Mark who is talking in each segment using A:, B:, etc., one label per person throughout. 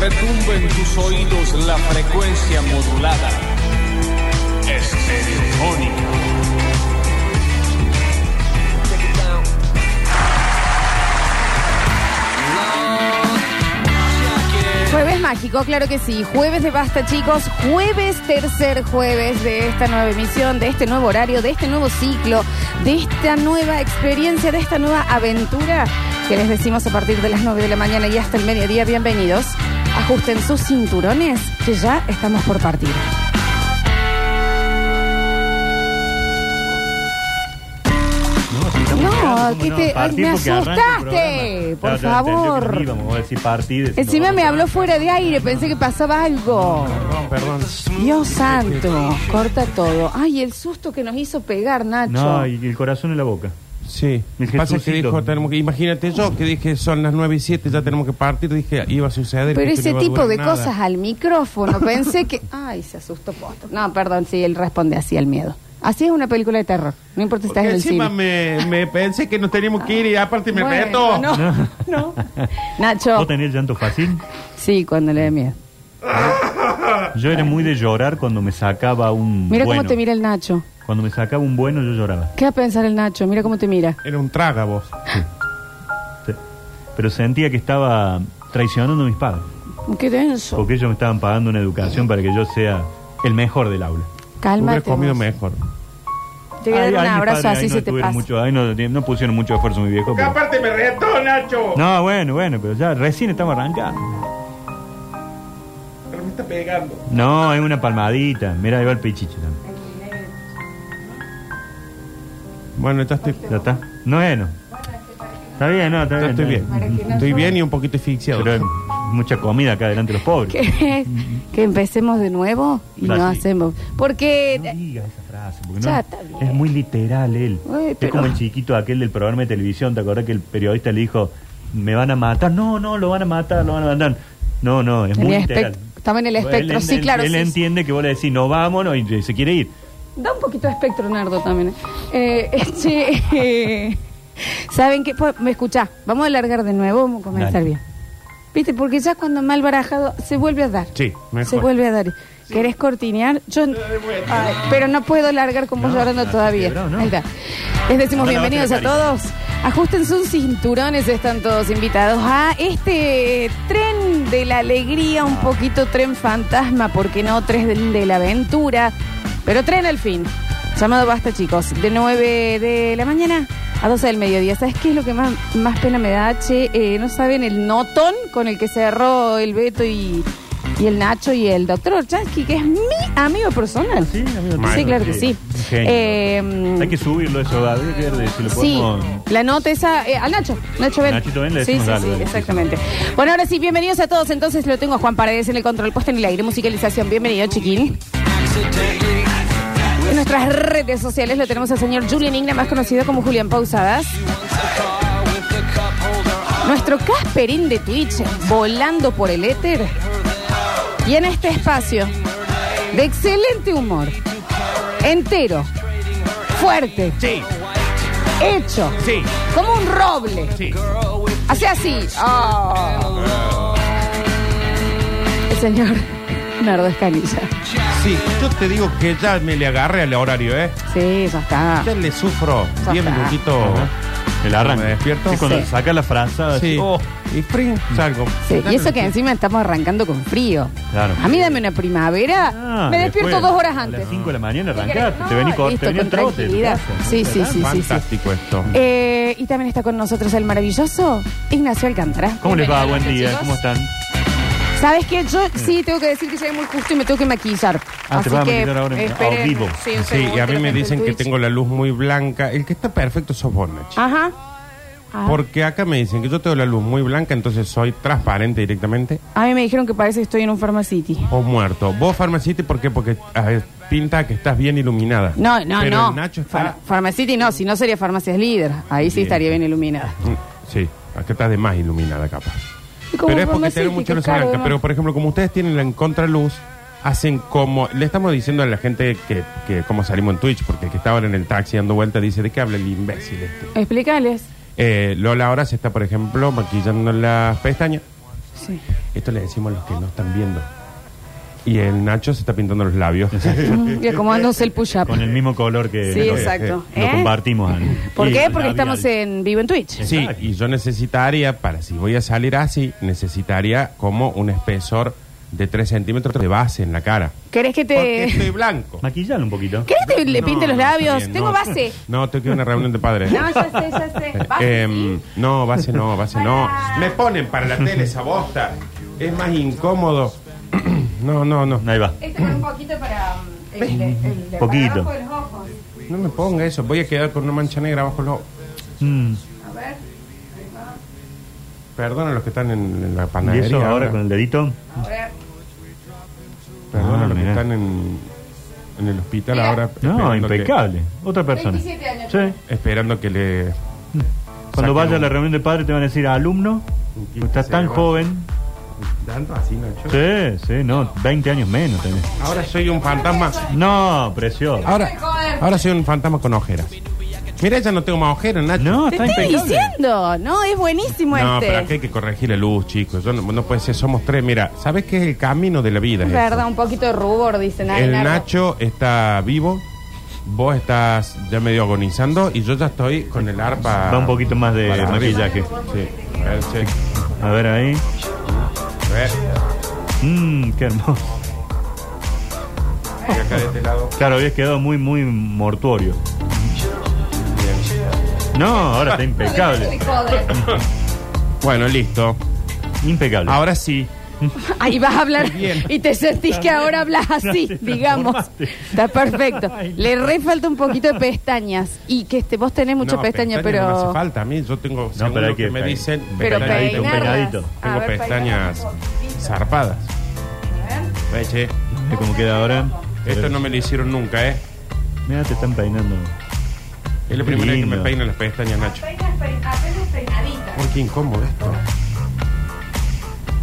A: en tus oídos la frecuencia modulada. Estereofónica.
B: Jueves mágico, claro que sí. Jueves de basta, chicos. Jueves, tercer jueves de esta nueva emisión, de este nuevo horario, de este nuevo ciclo, de esta nueva experiencia, de esta nueva aventura que les decimos a partir de las 9 de la mañana y hasta el mediodía. Bienvenidos. Ajusten sus cinturones, que ya estamos por partir.
C: No,
B: No, que te- ay, me asustaste, por favor.
C: Vamos a decir partir.
B: Encima me habló fuera de aire, pensé que pasaba algo.
C: Perdón, perdón.
B: Dios santo, corta todo. Ay, el susto que nos hizo pegar, Nacho.
C: No, y el corazón en la boca.
D: Sí,
C: El
D: pasa que
C: Jesucito.
D: dijo, tenemos que, imagínate yo que dije son las 9 y 7, ya tenemos que partir, dije iba a suceder.
B: Pero
D: que esto
B: ese
D: no iba a
B: tipo
D: durar
B: de
D: nada.
B: cosas al micrófono, pensé que... Ay, se asustó posto. No, perdón, sí, él responde así al miedo. Así es una película de terror, no importa si
D: Porque
B: estás en el
D: encima
B: cine.
D: me, me pensé que nos teníamos que ir y aparte me
B: Bueno,
D: meto.
B: No, no. Nacho,
C: ¿Vos tenés llanto fácil?
B: sí, cuando le da miedo.
C: Yo era muy de llorar cuando me sacaba un
B: Mira
C: bueno.
B: cómo te mira el Nacho.
C: Cuando me sacaba un bueno yo lloraba.
B: ¿Qué va a pensar el Nacho? Mira cómo te mira.
D: Era un traga vos.
C: Sí. Pero sentía que estaba traicionando a mis padres.
B: Qué denso.
C: Porque ellos me estaban pagando una educación para que yo sea el mejor del aula.
B: Cálmate.
D: Hubiera comido
B: vos.
D: mejor.
B: Te voy a dar
C: Ay,
B: un
C: ay, mis
B: abrazo
C: padres
B: así
C: ahí no
B: se te
C: tuvieron
B: pasa.
C: mucho- ahí no, no pusieron mucho esfuerzo mi viejo.
D: Porque
C: pero-
D: aparte me retó, Nacho.
C: No, bueno, bueno, pero ya recién estamos arrancando.
D: Pero me está pegando.
C: No, es una palmadita. Mira, ahí va el pichicho también.
D: Bueno, ya estoy,
C: ¿Ya está? No, bueno. Está bien, no, está
D: ya
C: bien.
D: estoy
C: está bien.
D: bien. Estoy bien y un poquito asfixiado.
C: Pero hay mucha comida acá delante de los pobres.
B: ¿Qué? Que empecemos de nuevo y no
C: Así.
B: hacemos.
C: No
B: Porque
C: diga esa frase, porque
B: Ya,
C: no,
B: está bien.
C: es muy literal él.
B: Ay,
C: Es
B: pero-
C: como el chiquito aquel del programa de televisión, ¿te acordás que el periodista le dijo, me van a matar? No, no, lo van a matar, lo van a matar. No, no, es
B: En
C: muy
B: el
C: literal.
B: espect- estaba en el
C: Él
B: espectro, sí,
C: ent-
B: claro,
C: Él
B: sí, sí.
C: entiende que vos le decís, no, vámonos, y se quiere ir.
B: Da un poquito de espectro, Nardo, también. ¿eh? Eh, che, eh, ¿Saben qué? Pues, me escuchá, vamos a alargar de nuevo, vamos a comenzar
C: Dale.
B: bien. ¿Viste? Porque ya cuando mal barajado se vuelve a dar.
D: Sí, mejor.
B: Se vuelve a dar. ¿Querés cortinear? Yo, Ay, pero no puedo largar como
C: No,
B: llorando
C: no,
B: todavía.
C: no, no.
B: Ahí está. Les decimos
C: Ahora la
B: bienvenidos a
C: vas a tener
B: todos. Ajusten sus cinturones, están todos invitados a este tren de la alegría, un poquito tren fantasma, porque no? Tren del- de la aventura, pero tren al fin. Llamado basta, chicos, de 9 de la mañana a 12 del mediodía. ¿Sabes qué es lo que más, más pena me da, che? Eh, ¿No saben el notón con el que cerró el Beto y, y el Nacho y el doctor Orchansky, que es mi amigo personal?
C: Sí, amigo,
D: Sí,
C: tío.
B: claro que sí.
C: Un genio.
B: Eh,
C: Hay que subirlo eso, a ver si lo
B: Sí,
C: podemos...
B: la nota esa eh, al Nacho, Nacho Ben.
C: Nachito Ben le
B: sí, sí,
C: decimos
B: sí,
C: algo, dale.
B: exactamente. Bueno, ahora sí, bienvenidos a todos. Entonces lo tengo a Juan Paredes en el control puesto en el aire, musicalización. Bienvenido, chiquín. En nuestras redes sociales lo tenemos al señor Julian Igna, más conocido como Julián Pausadas. Nuestro Casperín de Twitch, volando por el éter. Y en este espacio, de excelente humor, entero, fuerte,
D: Sí,
B: hecho,
D: sí,
B: como un roble.
D: sí.
B: Hace así. Ah. El señor Nardo Escanilla.
D: Sí, yo te digo que ya me le agarré al horario, ¿eh?
B: Sí, ya está.
D: Ya le sufro
B: Ya
D: 10
B: está.
D: minutitos.
C: El
D: ¿Me
C: arranque.
D: despierto?
C: Sí, cuando
B: Sí.
C: saca la oh, frase,
D: Sí. Oh. Y frío, salgo.
B: Sí, Y eso que encima estamos arrancando con frío.
C: Claro. Ah,
B: A mí dame una primavera. me despierto dos horas
C: A
B: antes.
C: las 5 de la mañana
B: ¿Qué
C: arrancaste,
B: querés?
C: te venís
B: No,
C: con,
B: listo,
C: te venís
B: con
C: en trote.
B: tranquilidad.
C: te vas.
B: Sí, sí, sí, sí, sí.
D: Fantástico esto.
B: Eh, y también está con nosotros el maravilloso Ignacio Alcántara.
C: ¿Cómo les va? Buen
B: Bienvenido,
C: día,
B: chicos.
C: ¿cómo están?
B: ¿Sabes qué? Yo sí tengo que decir que soy muy justo y me tengo que maquillar.
C: Ah, te vas a maquillar ahora en- a
B: esperen.
C: vivo.
B: Sí, un
D: Sí, y
B: segundo,
D: a mí me
B: tengo
D: dicen
B: el
D: Eh, que
B: Twitch.
D: tengo la luz muy blanca. El que está perfecto sos vos, Nachi.
B: Ajá. Ah.
D: Porque acá me dicen que yo tengo la luz muy blanca, entonces soy transparente directamente
B: A mí me dijeron que parece que estoy en un Pharmacity.
D: o muerto. Vos, Pharmacity, ¿por qué? Porque a ver, pinta que estás bien iluminada.
B: No, no,
D: Pero
B: no.
D: el Nacho
B: Far-
D: está...
B: Pharmacity no, si no sería Farmacias Líder. Ahí sí
D: Bien.
B: estaría bien iluminada.
D: Mm, Sí, acá estás de más iluminada, capaz.
B: Y como
D: Pero es porque
B: Pharmacity,
D: tenemos mucha
B: que
D: luz
B: caro,
D: blanca.
B: además.
D: Pero, por ejemplo, como ustedes tienen la en contraluz, hacen como... Le estamos diciendo a la gente que, que cómo salimos en Twitch, porque el que estaba en el taxi dando vuelta dice, ¿de qué habla el imbécil este?
B: Explícales.
D: Eh, Lola ahora se está, por ejemplo, maquillando las pestañas.
B: Sí.
D: Esto le decimos a los que no están viendo. Y el Nacho se está pintando los labios.
B: Y acomodándose el push-up.
C: Con el mismo color que
B: Sí,
C: lo-
B: exacto.
C: lo
B: ¿Eh?
C: compartimos. Ani.
B: ¿Por
D: Y
B: qué?
D: el
B: Porque
C: labial.
B: estamos en vivo en Twitch.
D: Sí, y yo necesitaría, para si voy a salir así, necesitaría como un espesor de 3 centímetros de base en la cara.
B: ¿Querés que
D: Porque estoy
B: te...
D: blanco.
C: Maquillalo un poquito.
B: ¿Querés que le
D: No,
B: pinte los
D: no, está
B: labios?
D: bien,
B: Tengo
D: no.
B: base.
D: No, tengo que ir a una reunión de padres.
B: No, ya sé, ya sé. Base,
D: Em,
B: sí.
D: no, base no, base no.
B: Para.
D: Me ponen para la tele esa bosta. Es más incómodo. No, no, no.
C: Ahí va.
B: Este fue un poquito para... um, El, de- el de-
C: Poquito.
B: para abajo de los ojos.
D: No me ponga eso. Voy a quedar con una mancha negra bajo los...
C: Mm.
B: A ver.
D: Perdona a los que están en, en la
C: Y
D: panadería.
C: eso ahora
D: ahora.
C: con el dedito.
B: A ver.
D: Perdona a los
C: Ah,
D: que
C: mirá.
D: están en, en el hospital
B: Mira.
D: ahora.
C: No,
D: esperando que-
C: impecable. Otra persona.
B: 27 años.
C: Sí.
D: esperando que le...
C: Cuando
D: Saquen
C: vayas a
D: un-
C: la reunión de padres te van a decir alumno.
D: Un
C: Estás tan
D: 15,
C: joven.
D: ¿Tanto así, Nacho?
C: Sí, sí, no. 20 años menos tenés.
D: Ahora soy un fantasma.
C: No, precioso.
B: Ah.
D: Ahora, ahora soy un fantasma con ojeras. Mira, ya no tengo más ojeras, Nacho.
C: No,
B: Te
C: está
B: estoy
C: impecable.
B: diciendo, no, es buenísimo
D: No,
B: este.
D: pero aquí hay que corregir la luz, chicos. Yo no, no puede ser, somos tres. Mira, ¿sabes qué es el camino de la vida?
B: Es
D: esto?
B: verdad, un poquito de rubor, dicen. ahí,
D: El
B: Nardo.
D: Nacho está vivo, vos estás ya medio agonizando y yo ya estoy con el arpa.
C: Da un poquito más de
D: para arriba.
C: maquillaje.
D: Sí. A ver, sí.
C: A ver ahí.
D: A ver,
C: Mmm, qué hermoso.
D: y acá de este lado.
C: Claro, habías quedado muy, muy mortuorio.
D: Bien.
C: No, ahora está
B: No,
C: impecable.
B: déjate de joder.
D: Bueno, listo.
C: Impecable.
D: Ahora sí.
B: Ahí vas a hablar
D: Bien.
B: y te sentís que ahora hablas así,
C: te
B: digamos.
C: transformaste.
B: Está perfecto.
C: Ay,
B: Le re falta un poquito de pestañas. Y que este, vos tenés muchas
D: No,
B: pestañas, pero.
D: No hace falta a mí. Yo tengo. según
C: pero hay
D: lo que,
C: que
D: me
C: pe-
D: dicen.
B: pero
D: pestañas-
C: un
B: peinarlas.
C: peinadito.
B: A
D: Tengo
B: ver,
D: pestañas
B: peinarlas un poquito.
D: zarpadas. Ve, che,
C: Ve cómo queda ahora.
D: Esto no me lo hicieron nunca, ¿eh?
C: Mira, te están peinando.
D: Es la primera vez que me
C: Lindo.
D: peinan las pestañas, Nacho.
B: Peinas, pe- apenas peinaditas.
D: Uy, qué incómodo esto.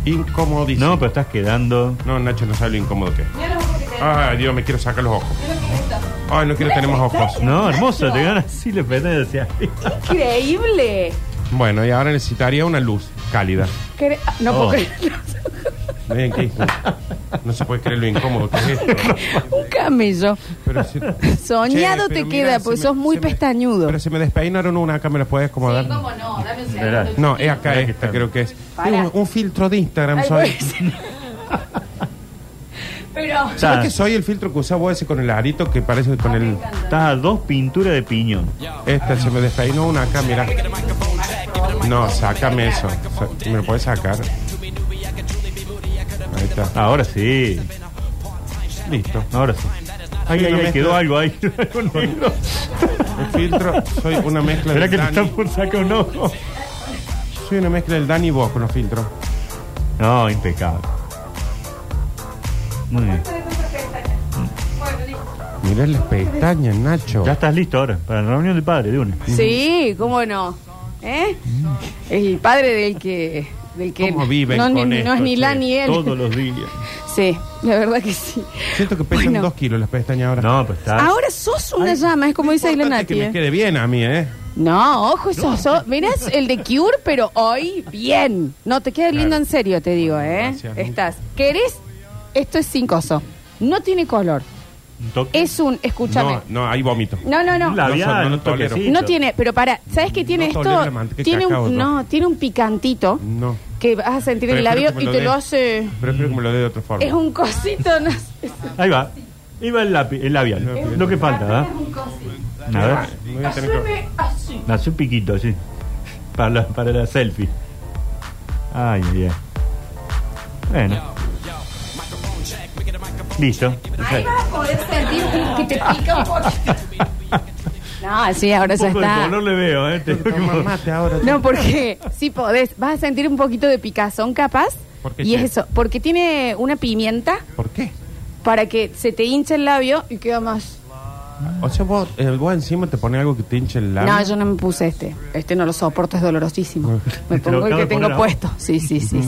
D: Incomodísimo.
C: No, pero estás quedando.
D: No, Nacho no sabe lo incómodo que es.
B: Mirá los ojos que tenés.
D: Ay, Dios, me quiero sacar los ojos.
B: Mirá lo que es esto.
D: Ay, no quiero tener más ojos.
C: No, hermoso, te ganas así le pestañas hacia arriba.
B: Increíble.
D: Bueno, y ahora necesitaría una luz cálida.
B: Cre- ah, No
C: Oh.
B: puedo creerlo.
D: Miren qué injusto. No se puede creer lo incómodo que es esto.
B: Un camello.
D: Pero si-
B: Soñado te
D: Che, pero mira,
B: queda,
D: se
B: porque
D: me-
B: sos muy
D: se me-
B: pestañudo.
D: Pero se me despeinaron una acá, ¿me las puedes acomodar?
B: no, dame un
C: Verás. segundo.
D: No, es acá
C: Mirá que
D: esta,
C: está.
D: creo que es.
B: Pará.
D: Un, un filtro de Instagram
B: Ay,
D: soy.
B: pues. Pero.
D: ¿Sabes
C: Ah.
D: que soy el filtro que usaba ese con el arito que parece con el.
C: Estás a dos pinturas de piñón.
D: Esta se me despeinó una acá, mira. No, sácame eso. Sa- ¿Me lo puedes sacar? Ahí está.
C: Ahora sí.
D: Listo.
C: Ahora sí. Ahí,
D: Sí,
C: ahí,
D: una
C: ahí, quedó
D: mezcla.
C: algo ahí. Algo negro.
D: Un filtro, soy una mezcla
C: Verá
D: del
C: que te están
D: Dani.
C: por sacar un ojo.
D: Soy una mezcla del Dani y vos con los filtros.
C: No, impecable. Muy bien.
D: Mirá las pestañas, Nacho.
C: Ya estás listo ahora para la reunión de padres de una.
B: Sí, cómo no. ¿Eh? El padre del que. Del que
D: ¿Cómo viven
B: no, ni-
D: con
B: no
D: esto,
B: es ni la
D: che?
B: ni él.
C: Todos los días.
B: Sí, la verdad que sí.
D: Siento que pesan
B: Bueno.
D: dos kilos las pestañas ahora.
C: No, pero está.
B: Ahora sos una llama, es como dice Ailonati.
D: Importante que me quede bien a mí, ¿eh?
B: No, ojo, eso, eso- mirás el de Cure, pero hoy bien. No, te queda lindo
D: Claro.
B: en serio, te digo, ¿eh?
D: Gracias, nunca.
B: Estás. ¿Querés? Esto es sin coso. No tiene color.
C: Un toque.
B: Es un, escúchame.
D: No, no, ahí vomito.
B: No, no, no.
C: Labial,
D: No, no, no
C: un
D: tolero.
C: toquecito.
B: No tiene, pero para, ¿sabes qué tiene
D: No tolero la
B: esto?
D: manteca de
B: Tiene
D: cacao,
B: un,
D: yo.
B: no, tiene un picantito
D: No.
B: que vas a sentir en el
D: Prefiero
B: labio
D: que me
B: y
D: lo
B: te
D: dé.
B: lo hace.
D: Prefiero que me lo dé de otra forma.
B: Es un cosito, no sé.
C: Ahí va. Ahí va el, lápiz, el labial. Lo que falta,
D: ¿Ah?
C: ¿verdad?
B: Es un cosito.
C: A ver.
D: Me voy a tener que-
B: Haceme así.
C: Nació un piquito, sí. Para la, para la selfie. Ay, ay, ay. Bueno. Listo.
B: Ahí vas a poder sentir que te pica un poquito. No, sí, ahora ya
C: Un poco de
B: está.
C: color le veo, ¿eh? Te digo
D: Toma
C: como-
D: mate ahora.
B: No, porque sí podés. Vas a sentir un poquito de picazón, capaz.
D: ¿Por qué,
B: Y es
D: che?
B: eso, porque tiene una pimienta
D: ¿Por qué?
B: para que se te hinche el labio y queda más.
D: O sea, vos, eh, vos encima te pones algo que te hinche el labio.
B: No, yo no me puse este. Este no lo soporto, es dolorosísimo. Me
C: Te lo
B: pongo el
C: acabo
B: que
C: de poner
B: tengo
C: ahora.
B: puesto. Sí, sí, sí.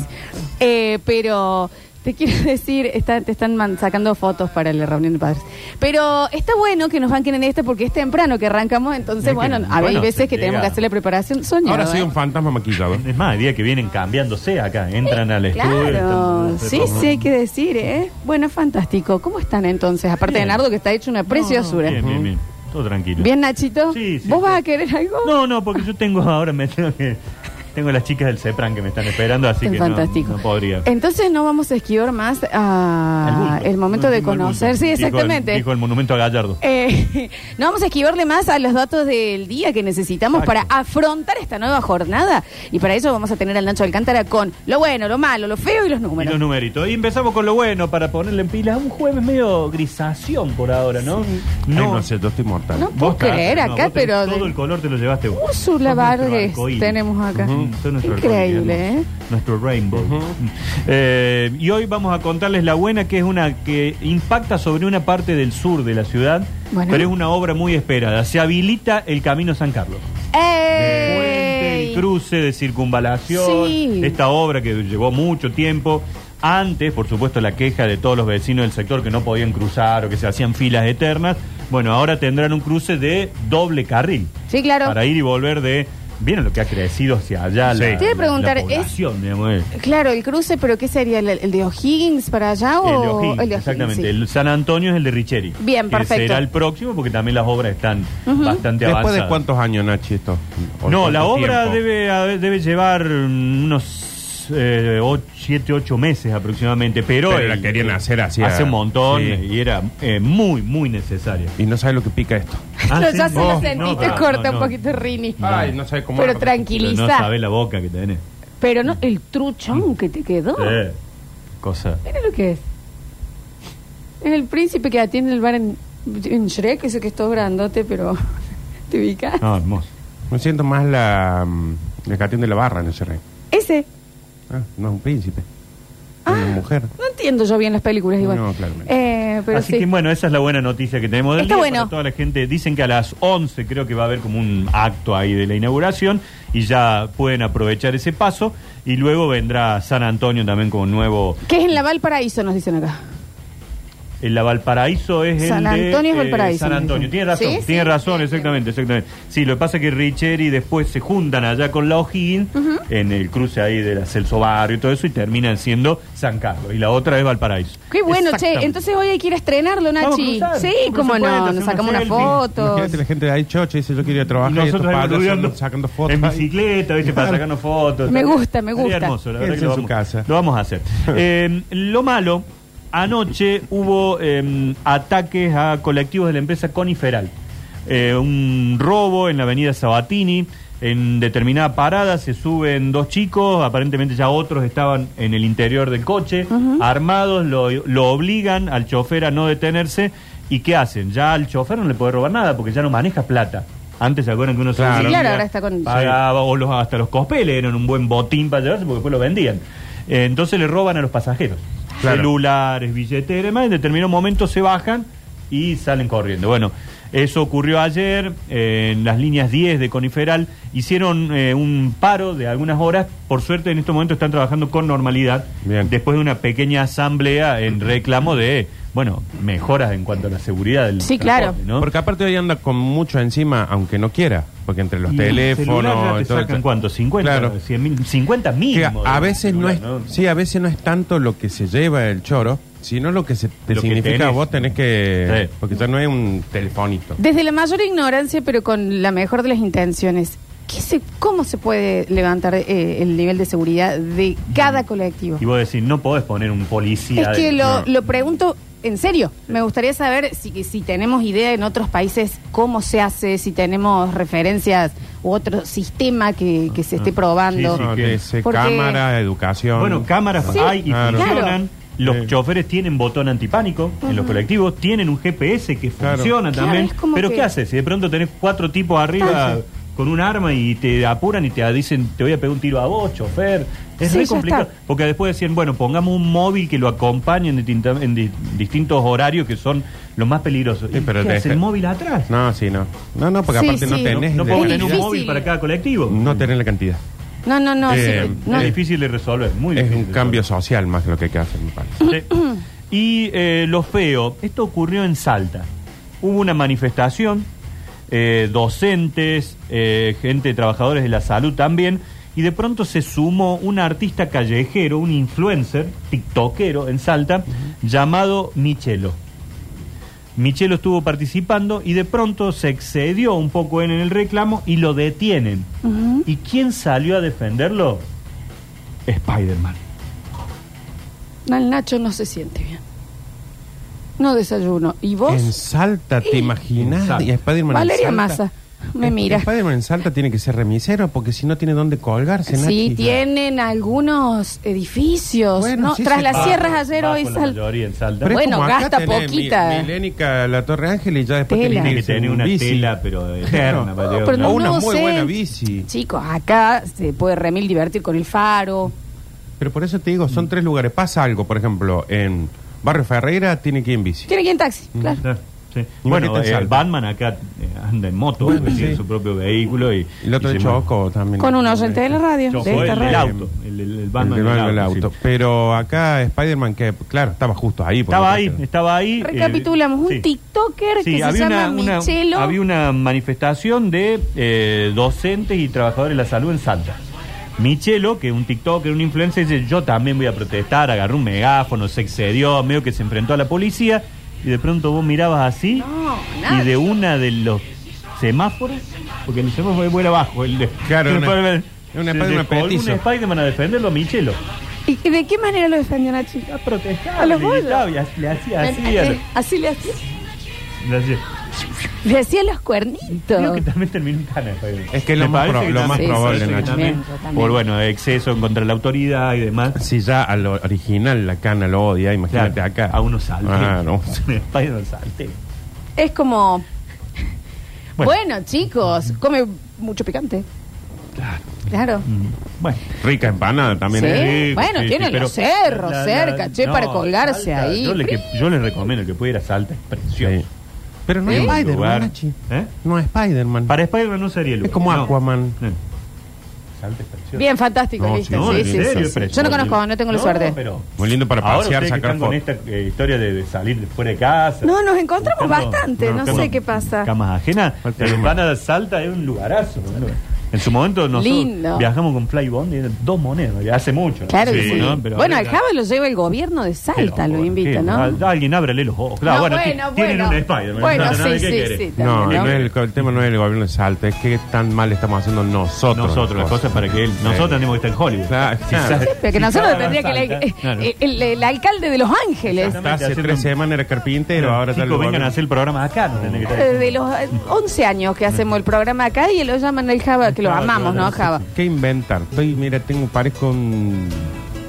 B: Eh, pero Te quiero decir, está- te están man- sacando fotos para la reunión de padres. Pero está bueno que nos banquen en esta porque es temprano que arrancamos, entonces,
C: Es que,
B: bueno, a- hay
C: bueno,
B: veces
C: se
B: que tenemos
C: llega.
B: que hacer la preparación. Soñado,
D: Ahora soy
B: ¿eh?
D: un fantasma maquillado.
C: Es más, hay días que vienen cambiándose acá, entran al estudio.
B: Claro,
C: están-
B: sí, sí, hay que decir, ¿eh? Bueno, fantástico. ¿Cómo están entonces? Aparte
C: Bien.
B: de Nardo, que está hecho una preciosura.
C: Bien, bien, bien. Todo tranquilo.
B: Bien, Nachito.
C: Sí, sí,
B: ¿Vos
C: sí.
B: vas a querer algo?
C: No, no, porque yo tengo ahora, me tengo que. Tengo las chicas del CEPRAN que me están esperando, así
B: Es
C: que no-
B: fantástico.
C: No, podría.
B: Entonces no vamos a esquivar más a
C: bulto.
B: el momento
C: No,
B: de
C: tengo el bulto.
B: conocer. Sí,
C: Dijo el-
B: exactamente.
C: Dijo el, monumento a Gallardo.
B: Eh, no vamos a esquivarle más a los datos del día que necesitamos
C: Exacto.
B: para afrontar esta nueva jornada. Y para eso vamos a tener al Nacho Alcántara con lo bueno, lo malo, lo feo y los
C: Y
B: números.
C: los numeritos. Y empezamos con lo bueno para ponerle en pila. Un jueves medio grisación por ahora, ¿no?
D: No, no sé, yo estoy mortal.
B: No puedo
C: estás-
B: creer
C: no,
B: acá,
C: vos tenés-
B: pero-
C: Todo el color te lo llevaste vos.
B: Úrsula
C: Sos nuestro
B: Vargas
C: arcoíris.
B: tenemos acá.
C: Ujú, sos nuestro
B: Increíble,
C: arcoíris,
B: ¿eh?
C: Nuestro rainbow. Eh, y hoy vamos a contarles la buena, que es una que impacta sobre una parte del sur de la ciudad,
B: Bueno.
C: pero es una obra muy esperada. Se habilita el Camino San Carlos. Puente,
B: ¡Ey!
C: el cruce de circunvalación,
B: Sí.
C: esta obra que llevó mucho tiempo. Antes, por supuesto, la queja de todos los vecinos del sector que no podían cruzar o que se hacían filas eternas. Bueno, ahora tendrán un cruce de doble carril
B: Sí, claro.
C: para ir y volver de. ¿Vieron lo que ha crecido hacia allá?
D: Sí.
C: La,
B: Te iba a preguntar,
C: la
B: ¿es-
C: población, digamos, eh.
B: Claro, el cruce, pero ¿qué sería? ¿El, el de O'Higgins para allá
C: El de
B: o
C: O'Higgins, exactamente.
B: Oh, sí.
C: El San Antonio es el de Richeri.
B: Bien,
C: que
B: perfecto.
C: Será el próximo porque también las obras están bastante
D: ¿Después
C: avanzadas.
D: de cuántos años, Nachi, esto? ¿O
C: No,
D: cuánto
C: la obra
D: tiempo?
C: debe, a ver, debe llevar mm, unos eh, 7, 8 meses aproximadamente, pero,
D: Pero la
C: el- eh,
D: querían hacer hacía-
C: hace un montón
D: Sí.
C: eh, y era eh, muy, muy necesaria. Ah,
D: Y no sabe lo que pica esto.
B: No,
C: sí?
B: ya se
C: No,
B: lo sentí,
C: no,
B: te
C: no,
B: corta
C: no,
B: un
C: no.
B: poquito Rini.
D: Ay, no sabe cómo
B: Pero
D: arma.
C: Pero
B: tranquiliza.
C: no
B: Pero no,
C: sabe ¿Mm? la boca que tenés.
B: el truchón que te quedó.
C: Eh, cosa.
B: Mira lo que es. Es el príncipe que atiende el bar en, en Shrek, ese que es todo grandote, pero te ubicas.
C: No, hermoso.
D: No siento más la, mm, la que atiende la barra en ese rey.
B: Ese.
D: Ah, no es un príncipe.
B: Ah,
D: Es una mujer.
B: No entiendo yo bien las películas igual.
D: No, claramente.
B: Eh, pero
C: Así
B: sí.
C: que bueno, esa es la buena noticia que tenemos del
B: Está
C: día
B: bueno.
C: para toda la gente. Dicen que a las 11 creo que va a haber como un acto ahí de la inauguración y ya pueden aprovechar ese paso y luego vendrá San Antonio también como nuevo
B: Que es en la Valparaíso, nos dicen acá.
C: El la Valparaíso es
B: San
C: el de, eh,
B: Antonio es Valparaíso,
C: San
B: me
C: Antonio.
B: dicen.
C: Tiene razón,
B: Sí,
C: tiene
B: sí,
C: razón,
B: sí,
C: exactamente, exactamente. Sí, lo que pasa es que Richeri después se juntan allá con la O'Higgins en el cruce ahí de la Celso Barrio y todo eso y terminan siendo San Carlos. Y la otra es Valparaíso.
B: Qué bueno, che.
C: Exactamente.
B: Entonces hoy hay que ir a estrenarlo,
C: Vamos a
B: Nachi.
C: cruzar,
B: Sí,
C: por
B: cómo
C: supuesto,
B: no. Nos
C: hacemos
B: sacamos una
C: selfie.
B: foto.
D: Imagínate la gente de ahí, chocha, dice yo quiero ir a
C: Y
D: trabajar. Y
C: nosotros
D: estos
C: ahí
D: padres
C: boludeando
D: son- sacando fotos.
C: en
D: ahí.
C: bicicleta, ¿viste? Para
D: Claro.
C: sacarnos fotos.
B: Me gusta, me gusta.
C: Sería hermoso, la
D: Quédense
C: verdad que
D: en
C: lo
D: su
C: vamos,
D: casa.
C: lo vamos a hacer. Eh, lo malo, anoche hubo eh, ataques a colectivos de la empresa Coniferal. Eh, un robo en la avenida Sabatini. En determinada parada se suben dos chicos, aparentemente ya otros estaban en el interior del coche, armados, lo, lo obligan al chofer a no detenerse. ¿Y qué hacen? Ya al chofer no le puede robar nada porque ya no maneja plata. Antes se acuerdan que uno se
D: Claro.
C: unía,
B: Sí, claro, ahora está con-
C: pagaba, pagaba, o los- hasta los cospeles eran un buen botín para llevarse porque después lo vendían. Eh, entonces le roban a los pasajeros.
D: Claro.
C: Celulares, billeteras, demás. En determinado momento se bajan y salen corriendo. Bueno, eso ocurrió ayer eh, en las líneas 10 de Coniferal. Hicieron eh, un paro de algunas horas. Por suerte, en estos momentos están trabajando con normalidad.
D: Bien.
C: Después de una pequeña asamblea en reclamo de, bueno, mejoras en cuanto a la seguridad del
B: Sí, claro.
C: transporte, ¿no?
D: Porque aparte hoy anda con mucho encima, aunque no quiera. Porque entre los
C: Y celular ya
D: teléfonos.
C: te
D: y todo el-
C: sacan cuánto? 50,
D: Claro.
C: 100 mil, 50
D: Que
C: mínimo.
D: a
C: de
D: veces no
C: celular,
D: es, sí, a veces no es tanto lo que se lleva el choro, sino lo que se te
C: Lo que
D: significa
C: tenés.
D: vos tenés que,
C: Sí.
D: porque ya no es un telefonito.
B: Desde la mayor ignorancia, pero con la mejor de las intenciones, ¿qué se- ¿cómo se puede levantar eh, el nivel de seguridad de cada colectivo?
C: Y vos decís, no podés poner un policía.
B: Es que
C: de-
B: lo,
D: no.
B: lo pregunto en serio. Me gustaría saber si, si tenemos idea en otros países cómo se hace, si tenemos referencias u otro sistema que, que se esté probando.
C: Sí,
D: No,
C: que-
D: dice
B: porque-
D: cámara, educación.
C: Bueno, cámaras
B: Sí,
C: hay y
D: claro.
C: funcionan. Los
D: Sí.
C: choferes tienen botón antipánico en los colectivos, tienen un GPS que
D: Claro.
C: funciona
B: Claro,
C: también.
B: es como
C: Pero
B: que-
C: ¿qué haces? Si de pronto tenés cuatro tipos arriba
B: Tanto.
C: con un arma y te apuran y te dicen, te voy a pegar un tiro a vos, chofer. Es
B: Sí,
C: muy
B: ya
C: complicado.
B: está.
C: Porque después decían, bueno, pongamos un móvil que lo acompañe en, distinta- en di- distintos horarios que son los más peligrosos.
D: Sí,
C: ¿Y
D: pero
C: qué
D: te-
C: haces? el móvil atrás?
D: No, sí, no. No, no, porque
B: Sí,
D: aparte no
B: sí.
D: tenés
C: No, no
D: de-
C: podemos
B: Es
C: tener un
B: difícil.
C: móvil para cada colectivo.
D: no tenés la cantidad.
B: No, no, no.
D: Eh,
B: sí, no.
C: Es difícil de resolver, muy
D: Es
C: difícil
D: un
C: de
D: cambio social más lo que hay que hacer, me parece.
C: Sí. Y eh, lo feo, esto ocurrió en Salta. Hubo una manifestación, eh, docentes, eh, gente, trabajadores de la salud también, y de pronto se sumó un artista callejero, un influencer, tiktokero en Salta, llamado Michelo. Michelo estuvo participando y de pronto se excedió un poco en el reclamo y lo detienen. ¿Y quién salió a defenderlo? Spider-Man.
B: No, el Nacho no se siente bien. No desayuno. ¿Y vos?
D: En Salta, ¿te
C: En
D: imaginas?
C: Salta.
D: Y a Spiderman en
B: Valeria
D: Salta.
B: Massa. Me
D: Sp-
B: mira.
D: Spiderman en Salta tiene que ser remisero porque si no tiene dónde colgarse.
B: Sí,
D: Nachi.
B: tienen algunos edificios.
D: Bueno,
B: no,
D: sí
B: tras
D: se
B: las
D: paga,
B: sierras ayer
C: Ah, Bajo
B: hoy
C: la
B: sal...
C: mayoría en Salta.
D: Pero es
B: Bueno,
D: como acá
B: gasta
D: tenés
B: poquita.
D: Mi- Milénica, la Torre Ángel y ya después
B: Tela.
D: tenés
B: Tiene
C: Tiene que
D: irse
C: tener
D: un
C: una
D: bici.
C: tela, pero
D: Claro.
C: eterna. para llevar
B: pero
C: una-
D: O una
B: no
D: muy
B: sé.
D: buena bici.
B: Chicos, acá se puede remil divertir con el faro.
D: Pero por eso te digo,
C: Mm.
D: son tres lugares. Pasa algo, por ejemplo, en Barrio Ferreira tiene que ir en bici.
B: Tiene que ir en taxi,
D: Mm.
B: claro.
C: Claro, Ah, sí.
D: Y
C: Bueno,
D: imagínate en
C: eh,
D: Salta.
C: Batman acá eh, anda en moto,
D: Bueno,
C: porque tiene
D: sí.
C: su propio vehículo y...
D: El otro
C: y
D: de
C: se mueve.
D: Choco también.
B: Con un oyente de la radio.
C: Chocó
B: de esta
C: el, del
B: radio.
D: radio.
C: auto, el, el- el
D: El
C: Batman
D: que
C: del
D: no
C: auto.
D: habla del auto.
C: sí.
D: Pero acá Spider-Man, que claro, estaba justo ahí. por
C: Estaba
D: lo que
C: ahí,
D: sea.
C: estaba ahí. eh,
B: Recapitulamos, un
C: sí.
B: TikToker que se llama
C: una,
B: Michelo.
C: había una manifestación de eh, docentes y trabajadores de la salud en Salta. Michelo, que es un TikToker, un influencer, dice, yo también voy a protestar, agarró un megáfono, se excedió, medio que se enfrentó a la policía, y de pronto vos mirabas así,
B: No,
C: y
B: nada.
C: de una de los semáforos, porque el semáforo es muy abajo, el de...
D: Claro,
C: el
D: una-
C: Spider-Man-
D: una
C: se
D: Spider-Man
C: descolgó un
D: petizo.
C: Spider-Man a defenderlo a Michelo.
B: ¿Y y de qué manera lo defendió Nachi?
C: A protestar,
B: A los eh,
C: le gritaba,
B: bollos.
C: y le hacía así,
B: Así,
C: le-
B: le hacía.
C: le hacía-
B: Le hacía los
C: Creo
B: cuernitos.
C: que también terminó en cana. Javier.
D: Es que lo
C: Me
D: más
C: parece
D: pro- lo más
C: también-
D: probable,
C: parece que
D: Nacho.
C: también,
B: Yo también.
C: Por bueno, exceso en contra de la autoridad y demás.
D: Si ya al original la cana lo odia, imagínate
C: Claro,
D: acá.
C: A unos salte.
D: Ah, no.
C: Spider-Man salte.
B: Es como.
C: Bueno.
B: Bueno. chicos, come mucho picante. Claro.
C: Mm, Bueno.
D: Rica empanada también.
B: Sí.
D: ¿eh?
B: bueno, tiene
C: pero-
B: los cerros cerca, che, para colgarse
C: Salta,
B: ahí.
C: Yo le, que- yo le recomiendo que pudiera Salta, es precioso.
D: Sí. Pero no
B: ¿Eh?
D: es
C: Lugar.
D: Spider-Man, Nachi.
C: ¿Eh?
D: No es Spider-man.
C: Para Spider-Man no sería el
D: Es
C: lugar,
D: como
C: no.
D: Aquaman.
C: Eh. Salta es precioso.
B: Bien, fantástico,
D: No,
B: listo.
D: no,
B: sí,
D: en
B: sí,
D: serio,
B: sí,
D: es
B: sí.
D: precioso.
B: Yo no conozco, no tengo la suerte.
C: pero-
D: Muy lindo para
C: Ahora
D: pasear,
C: ustedes que
D: sacar
C: están con
D: fotos.
C: esta eh, historia de, de salir de fuera de casa.
B: No, nos encontramos
C: buscando-
B: bastante, no
C: buscando
B: sé qué pasa.
C: Camas ajenas.
D: Falta
C: La
D: de
C: ventana de Salta es un lugarazo. ¿no? En su momento nosotros
B: Lindo.
C: viajamos con Flybond y eran dos monedas. ya Hace mucho. ¿no?
B: Claro que sí.
C: ¿no? Pero
B: bueno, al
C: ahora-
B: Java lo lleva el gobierno de
C: Qué
B: Salta,
C: loco,
B: lo invita,
C: qué-
B: ¿no?
C: al- Alguien ábrele los ojos. Claro,
B: No,
C: bueno, ti-
B: bueno,
C: tienen
B: bueno.
C: un Spider-Man.
B: Bueno,
C: no, no,
B: sí,
C: ¿qué
B: sí,
C: querés?
B: sí.
D: No,
B: También,
D: no
B: ¿no?
D: es el, el tema no es el gobierno de Salta, es que tan mal estamos haciendo nosotros.
C: Nosotros, las cosas para que él. Nosotros tenemos que estar en Hollywood.
D: Claro, claro.
C: sale-
B: Pero que
C: si
B: nosotros
C: sale a
B: tendría que eh,
C: Salta,
B: el,
C: claro.
B: el- el- el alcalde de Los Ángeles,
D: Hasta hace
C: Haciendo-
D: tres semanas era carpintero, ahora
C: Chicos,
D: tal
C: vengan a hacer el programa acá. No tenés que estar
B: eh, de los eh, 11 años que hacemos el programa acá y lo llaman el Java, que lo
C: Java,
B: amamos,
C: claro,
B: ¿no,
C: sí,
B: Java?
D: ¿Qué inventar? Estoy, mira, tengo parezco un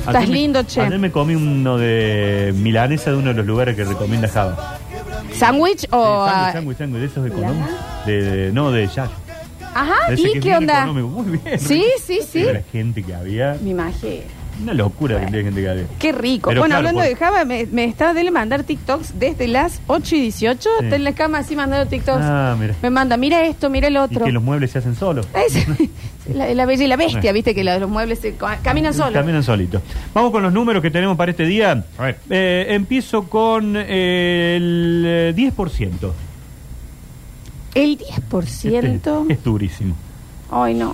B: Estás
C: Ayer me-
B: lindo, che.
C: Ayer me comí uno de milanesa de uno de los lugares que recomienda Java.
B: ¿Sándwich o...?
C: Sí,
B: ah,
C: sándwich, sándwich, sándwich, de esos económicos. De, de- no, de Jack.
B: Ajá,
C: De ese que
B: ¿y
C: es
B: qué
C: bien
B: onda?
C: económico. Muy bien.
B: Sí, sí, sí.
C: La gente que había.
B: Me imagino.
C: Una locura la gente que había.
B: Qué rico.
C: Pero
B: bueno,
C: claro,
B: hablando
C: por-
B: de Java, me, me está de mandar TikToks desde las 8 y 18.
C: Sí.
B: Está en la cama así mandando TikToks.
C: Ah, mira.
B: Me manda, mira esto, mira el
C: Y
B: otro.
C: que los muebles se hacen solos.
B: Es- la, la bella y la bestia, viste que la- los muebles se co-
C: Mm,
B: caminan solos.
C: Caminan solitos. Vamos con los números que tenemos para este día.
D: A ver.
C: Eh, empiezo con eh, el eh, 10%.
B: El
C: Este
B: 10%.
C: es durísimo.
B: Ay, no.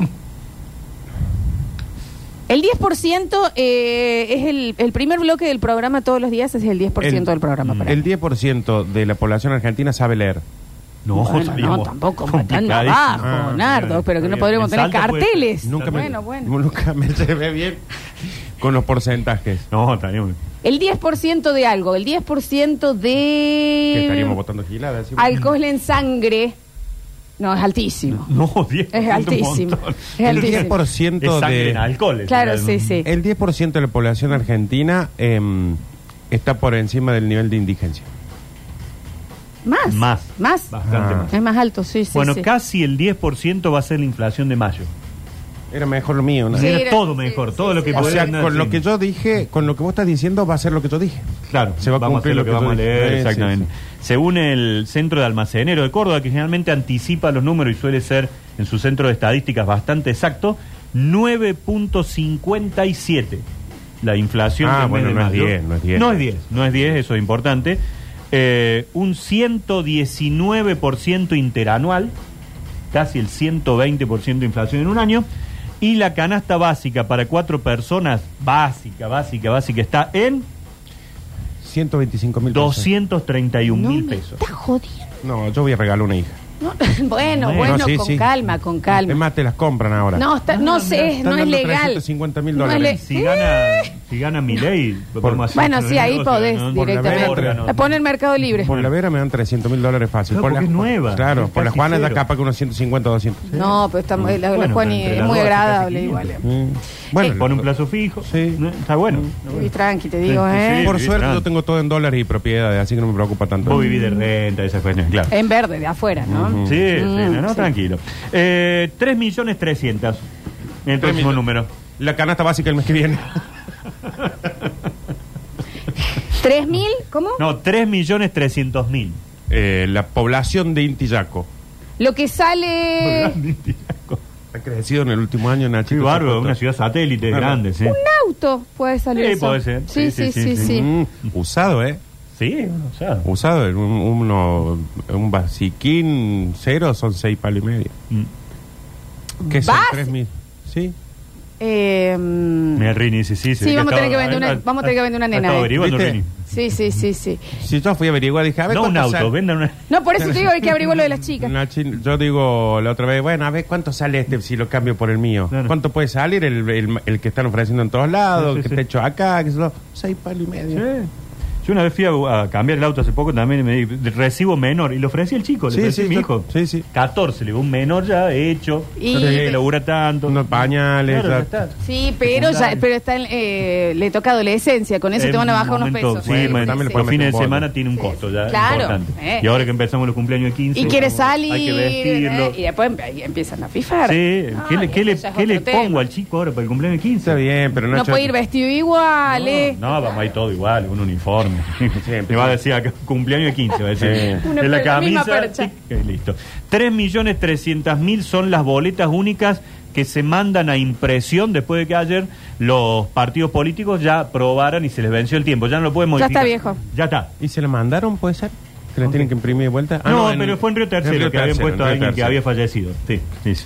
B: El 10% eh, es el, el primer bloque del programa todos los días, es el 10% del programa.
C: mm,
B: para
D: El 10% de la población argentina sabe leer.
C: No,
B: Bueno,
C: sabíamos.
B: no, tampoco tan
C: Complicadísimo.
B: abajo,
D: Ah,
B: Nardo, pero que
C: está
B: no
C: bien.
B: podríamos
C: En
B: tener
C: Salta puede-
B: carteles.
D: Nunca
B: bueno,
D: me,
B: bueno.
D: Nunca me llevé bien con los porcentajes.
C: No, estaríamos.
B: El 10% de algo, el 10%
D: Que estaríamos
B: de
D: votando giladas. ¿sí?
B: alcohol en sangre, no, es altísimo.
C: No, 10%.
B: Es altísimo.
C: un montón.
B: Es
D: El
B: altísimo.
D: 10%
C: Es sangre
D: de-
C: en alcohol. es
B: Claro,
C: un-
B: sí, sí.
D: El 10% de la población argentina em, está por encima del nivel de indigencia.
B: Más.
C: mm. Más.
B: Más.
C: Bastante
D: Ah.
C: más.
B: Es más alto, sí, sí.
C: bueno,
B: sí.
C: casi el 10% va a ser la inflación de mayo.
D: Era mejor lo mío, ¿no?
B: Sí,
C: Era
B: era-
C: todo
B: sí,
C: mejor,
B: sí,
C: todo lo
B: sí,
C: que
B: la
D: O sea,
C: podían
D: con lo
C: hacer.
D: que yo dije, con lo que vos estás diciendo, va a ser lo que yo dije.
C: Claro,
D: Se va a
C: vamos
D: cumplir
C: hacer
D: lo que
C: vamos a
D: yo
C: leer.
D: dije. Eh,
C: exactamente.
D: sí,
C: Según el Centro de Almacenero de Córdoba, que generalmente anticipa los números y suele ser en su centro de estadísticas bastante exacto, 9.57. La inflación del
D: Ah,
C: mes
D: bueno,
C: de
D: no es
C: mayo.
D: 10, no es 10.
C: No es 10, no es 10, eso es importante. Eh, un 119% interanual, casi el 120% de inflación en un año. Y la canasta básica para cuatro personas, básica, básica, básica, está en
D: 125 mil
C: 231 mil
B: me
C: pesos.
B: Está jodiendo.
D: No, yo voy a regalar una hija.
B: No, bueno,
C: No,
B: bueno,
D: sí,
B: con
D: sí.
B: calma, con calma.
D: Es más, te las compran ahora.
B: No, está- no, sé,
D: Están
B: no es
D: dando
B: legal. No
D: 350.000
B: es
D: dólares.
B: le-
C: Si gana, si gana mi ley,
D: Por-
B: Bueno, sí, ahí podés
D: Por la
B: directamente.
D: verga, no.
B: La pone en Mercado Libre.
D: Por la Vera me dan 300 mil dólares fácil.
C: Claro,
D: por
C: porque
D: la,
C: es nueva.
D: Claro,
C: Es
D: por la
C: casi
D: Juana
C: cero.
D: da capa que unos 150, 200.
B: No, pero está muy, la, la
C: Bueno,
B: Juani
C: pero entre
B: es
C: las
B: muy
C: dos hace
B: agradable
C: casi
B: igual.
C: quinientos.
D: Mm.
B: Eh,
C: Pone un plazo fijo.
D: Sí.
C: ¿no? Está bueno.
B: Y tranqui, te digo,
C: Sí, sí,
B: ¿eh?
C: sí.
D: Por
C: bien,
D: suerte
C: grande.
D: yo tengo todo en dólares y propiedades, así que no me preocupa tanto.
C: Vos vivís de renta, esas cuestiones, claro.
B: En verde, de afuera, ¿no?
C: Sí, sí,
B: Mm,
C: no, no,
B: sí.
C: tranquilo. Eh, 3 millones 300. El próximo
D: millones.
C: número.
D: La canasta básica el mes que viene.
B: ¿Tres mil? ¿Cómo?
C: No, 3 millones 300 mil.
D: Eh, la población de Intillaco.
B: Lo que sale un
D: Ha crecido en el último año, Nacho.
C: Qué bárbaro, una ciudad satélite
D: Claro.
C: grande, sí.
B: auto puede salir
C: Sí, Mm.
B: eso.
C: puede ser.
B: Sí, sí, sí, sí.
D: Mm, usado, ¿eh?
C: Sí, o sea.
D: Usado. en Un, uno, un basiquín cero son seis palos y medio.
C: mm,
D: ¿Qué son?
B: ¿Bas?
D: Tres mil. Sí.
B: Eh, mm,
C: Mira, Rini, sí, sí. se
B: Sí,
C: ve
B: vamos a tener
C: estaba-
B: que vender una-
C: ah,
B: vamos a tener que vender una
C: ah,
B: nena,
C: estaba
B: eh.
C: averiguando,
D: ¿Viste?
C: Rini.
B: sí, sí, sí, sí.
D: Si yo fui a averiguar, dije, a ver
C: No un
D: cuánto
C: auto,
D: sale.
C: vendan una.
B: No, por eso te digo, hay que averiguar lo de las chicas.
D: Nachi, yo digo la otra vez, bueno, a ver cuánto sale este si lo cambio por el mío.
C: Claro.
D: ¿Cuánto puede salir el, el- el que están ofreciendo en todos lados,
C: Sí, sí,
D: que
C: sí.
D: está hecho acá, que solo seis palos y medio?
C: Sí. Yo una vez fui a, a cambiar el auto hace poco también y me di recibo menor y le ofrecí al chico, le
D: Sí,
C: ofrecí
D: sí,
C: a mi
D: yo-
C: hijo.
D: sí, sí.
C: 14, le digo, un menor ya hecho,
B: Y-
C: no tiene que laburar tanto.
D: Unos pañales.
C: Claro, ya
D: ya-
C: está.
B: Sí, pero ya, pero está en, eh, le toca adolescencia, con eso
C: En
B: te van a bajar
C: un
B: unos
C: momento,
B: pesos.
C: Sí,
D: Bueno,
C: me-
D: también le
C: por
D: puedo
C: fin
D: meter
C: de
D: un
C: semana
D: bol.
C: tiene un costo ya.
B: Claro,
C: Importante.
B: eh.
C: Y ahora que empezamos los cumpleaños de 15.
B: y quiere salir.
C: Hay que vestirlo.
B: eh, y después emp- y empiezan a fijar.
C: Sí, ¿qué
B: Ay,
C: le, qué le-
B: eso ya es
C: qué le
B: otro tema.
C: pongo al chico ahora para el cumpleaños de 15?
D: Está bien, pero
B: No
D: Nacho-
B: puede ir vestido igual, eh.
C: No, no, vamos ahí todo igual, un uniforme.
D: Siempre.
C: Me va a decir acá, cumpleaños de 15, va a decir.
D: Sí.
B: Una
C: En la
B: per- la misma
C: camisa.
B: percha.
C: tic, y listo. 3.300.000 son las boletas únicas que se mandan a impresión después de que ayer los partidos políticos ya probaran y se les venció el tiempo. Ya no lo pueden
B: Ya está
C: modificar.
B: viejo.
C: Ya está.
D: ¿Y se la mandaron, puede ser? ¿Que la tienen que imprimir de vuelta? Ah,
C: no,
D: en-
C: pero fue en Río Tercero
D: en Río
C: que habían
D: Tercero,
C: puesto a
D: en Río
C: alguien que
D: Tercero.
C: había fallecido. Sí, sí, sí.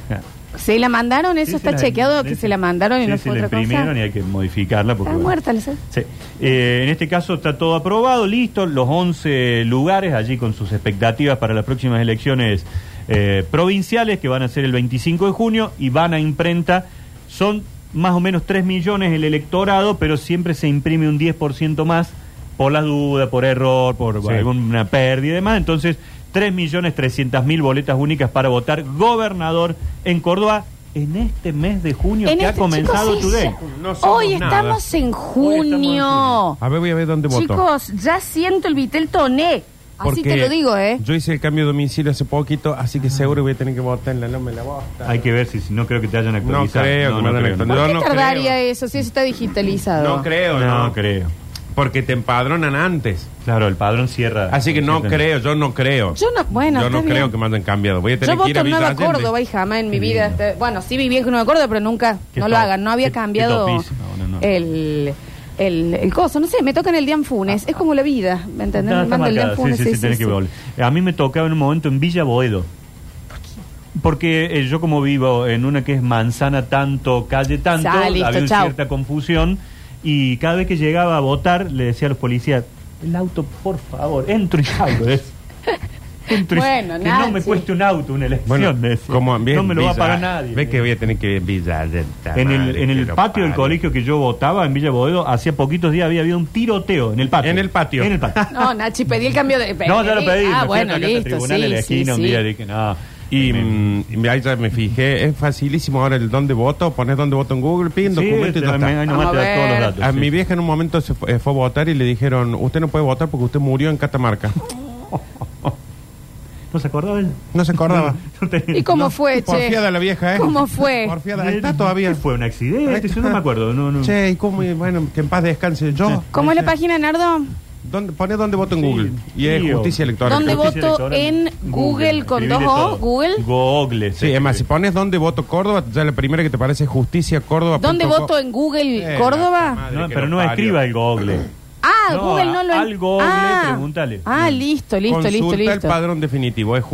B: ¿Se la mandaron? ¿Eso
C: Sí,
B: está
C: se la-
B: chequeado que
C: sí,
B: se la mandaron y
C: sí,
B: no
C: se
B: fue
C: la
B: otra cosa?
C: imprimieron y hay que modificarla. Porque,
B: Está
C: bueno.
B: muerta, la sé.
C: Sí. Eh, en este caso está todo aprobado, listo, los 11 lugares allí con sus expectativas para las próximas elecciones eh, provinciales que van a ser el 25 de junio y van a imprenta. Son más o menos 3 millones el electorado, pero siempre se imprime un 10% más por las dudas, por error, por
D: Sí.
C: alguna pérdida y demás. Entonces, 3 millones 300 mil boletas únicas para votar gobernador en Córdoba en este mes de junio
B: En
C: que ha
B: este-
C: comenzado
B: chicos,
C: today.
B: sí, ya-
D: No somos
B: Hoy
D: nada.
B: estamos en
C: Hoy estamos en
B: junio.
C: junio.
D: A ver, voy a ver dónde votó.
B: Chicos, ya siento el vitel toné. Así
D: Porque
B: te lo digo, ¿eh?
D: Yo hice el cambio de domicilio hace poquito, así que seguro voy a tener que votar en la loma de la bosta.
C: Hay que ver si, si no creo que te hayan
D: No
C: actualizado.
D: creo que me hayan
B: ¿Por
D: yo
B: qué
D: no
B: tardaría
D: creo.
B: eso si eso está digitalizado?
D: No creo,
C: No,
D: no.
C: creo.
D: Porque te empadronan antes.
C: Claro, el padrón cierra.
D: Así que no
C: Cierra.
D: creo, yo no creo.
B: Yo no- bueno,
D: Yo no
B: está
D: creo
B: bien.
D: que me hayan cambiado. Voy a tener
B: Yo
D: que ir
B: voto
D: a
B: en
D: Villa
B: Nueva
D: Allende.
B: Córdoba y jamás en mi
C: Qué
B: vida.
C: lindo.
B: este- bueno, sí viví en Nueva Córdoba, pero nunca,
C: Qué
B: no lo
C: top.
B: hagan. No había
C: Qué- qué
B: cambiado
C: topísimo, no, no.
B: el... El, el coso, no sé, me toca en el Dian Funes, es como la vida, ¿me
C: Está-
B: entendés?
C: está
B: me manda el
C: marcada,
B: Dian Funes,
C: sí, sí, sí, tenés que volver. A mí me tocaba en un momento en Villa Boedo. Porque eh, yo como vivo en una que es manzana tanto, calle tanto,
B: Ah, listo,
C: había una
B: chau.
C: cierta confusión y cada vez que llegaba a votar le decía a los policías, el auto, por favor, entro y salgo. de eso". Entro y-
B: Bueno,
C: que no me
B: Nachi.
C: cueste un auto, una elección.
D: Bueno,
C: le decía.
D: como bien
C: no me lo va a
D: Villa-
C: pagar nadie. ¿eh?
D: Ve que voy a tener que ir en Villa Allende,
C: En el,
D: madre
C: en el
D: que lo
C: patio del
D: parió.
C: colegio que yo votaba en Villa Boedo, hacía poquitos días había habido un tiroteo en el patio.
D: En el patio.
C: En el patio.
B: No, Nachi, pedí el cambio de.
C: no, ya lo pedí.
B: Ah,
C: me fui
B: bueno,
C: acá hasta
B: listo.
C: tribunal de la
B: sí,
C: esquina
B: sí,
C: un día
B: sí.
C: dije, no.
D: Y mm, y ahí ya me fijé, es facilísimo ahora el dónde voto, pones dónde voto en Google, piden
C: Sí,
D: documento
C: te-
D: y ya está.
C: me- ahí
B: Vamos
C: nomás te
B: a
C: da todos los
B: ver.
C: datos.
D: A
C: sí.
D: mi vieja en un momento se fue, eh, fue a votar y le dijeron, usted no puede votar porque usted murió en Catamarca.
C: ¿No se acordaba él?
D: No se acordaba.
C: No tenía-
B: ¿Y cómo
C: no.
B: fue, che?
D: Porfiada la vieja, ¿eh?
B: ¿Cómo fue?
D: Porfiada, ahí está todavía.
C: ¿Fue un accidente? Yo no me acuerdo. No, no.
D: Che, y cómo, y bueno, que en paz descanse yo.
B: ¿Cómo es la página, Nardo?
D: ¿Dónde, pone dónde voto en
C: Sí,
D: Google. Y es
C: tío.
D: justicia electoral.
B: ¿Dónde
C: Justicia
B: voto
C: electoral.
B: en Google con
C: escribile
B: dos O?
C: todo.
B: Google.
C: Google.
D: Sí, es más, si pones dónde voto Córdoba, ya la primera que te parece es justicia Córdoba.
B: ¿Dónde
D: punto
B: voto
D: go-
B: en Google
D: Eh, la
B: Córdoba?
D: madre
C: No,
D: que
C: pero
D: lo
C: no
D: parió.
C: escriba el Google.
B: Ah,
C: No,
B: Google no lo
C: al Google,
B: ah.
C: preguntale.
B: Ah, listo, listo, listo,
D: Consulta el
B: listo.
D: padrón definitivo. Es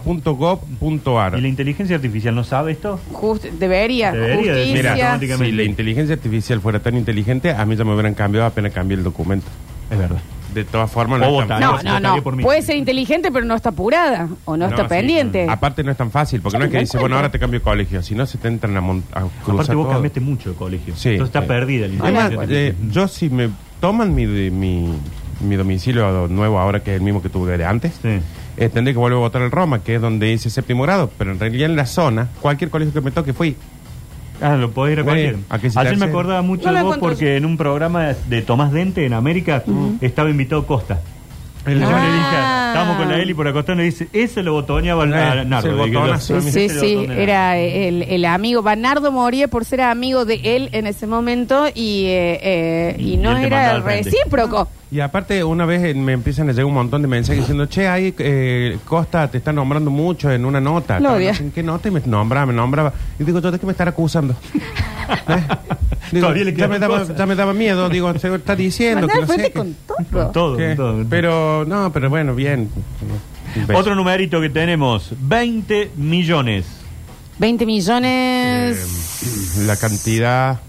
D: justiciacórdoba.gov.ar.
C: ¿Y la inteligencia artificial no sabe esto?
B: Just- debería,
C: Debería decir
B: justicia.
C: automáticamente.
D: Si la inteligencia artificial fuera tan inteligente, a mí ya me hubieran cambiado apenas cambié el documento.
C: Es verdad.
D: De todas formas,
C: O
D: es
C: votar.
D: tan
B: no,
D: fácil.
C: Votaría
B: no, no.
C: por mí.
B: Puede ser inteligente, pero no está apurada o no,
D: No,
B: está
D: sí,
B: pendiente.
D: Aparte no es tan fácil, porque
B: Yo
D: no es que
B: me
D: dice,
B: encuentro.
D: bueno, ahora te cambio de colegio, si no se te entran a, mon- a cruzar
C: Aparte vos
D: todo.
C: cambiaste mucho de colegio.
D: Sí,
C: Entonces está
D: sí.
C: perdida la
D: Además,
C: inteligencia
D: eh,
C: artificial.
D: yo si me toman mi, mi, mi domicilio nuevo ahora, que es el mismo que tuve de antes,
C: Sí.
D: eh, tendré que volver a votar el Roma, que es donde hice séptimo grado, pero en realidad en la zona, cualquier colegio que me toque fui.
C: Ah, lo podés ir a
D: Bueno,
C: cualquier.
D: ¿a qué se
C: Ayer
D: te
C: me
D: hace?
C: acordaba mucho
B: No
C: de
B: la
C: vos
B: encuentro
C: porque en un programa de Tomás Dente en América estaba invitado Costa. El- Yo le
B: Ah.
C: dije, estábamos con la Eli por acá, y dice, ese lo botoneaba a
D: Eh,
C: Nardo.
D: ese
C: Dije,
D: botón
C: lo-
D: así.
B: Sí, sí,
C: ese
B: sí,
C: botón
B: era el, el amigo. Bernardo moría por ser amigo de él en ese momento y, eh, eh, y
C: Y
B: no
C: él te
B: era el
C: mandaba al frente.
B: recíproco.
D: Y aparte, una vez eh, me empiezan a llegar un montón de mensajes diciendo, che, ahí eh, Costa te está nombrando mucho en una nota.
B: Lo odia.
D: ¿En qué nota? Y me nombraba, me nombraba. Y digo, yo de qué me estará acusando. ¿Eh?
C: Todavía le
D: ya,
C: quedan
D: me daba,
C: cosas.
D: ya me daba miedo, digo, se lo está diciendo.
B: Mandaba al
D: Que no sé,
B: frente
D: que-
B: con
C: Con
B: todo.
C: todo,
D: que-
C: con todo.
D: pero, no, pero bueno, bien.
C: Otro numerito que tenemos, 20 millones.
B: 20
D: Eh,
B: millones.
D: la cantidad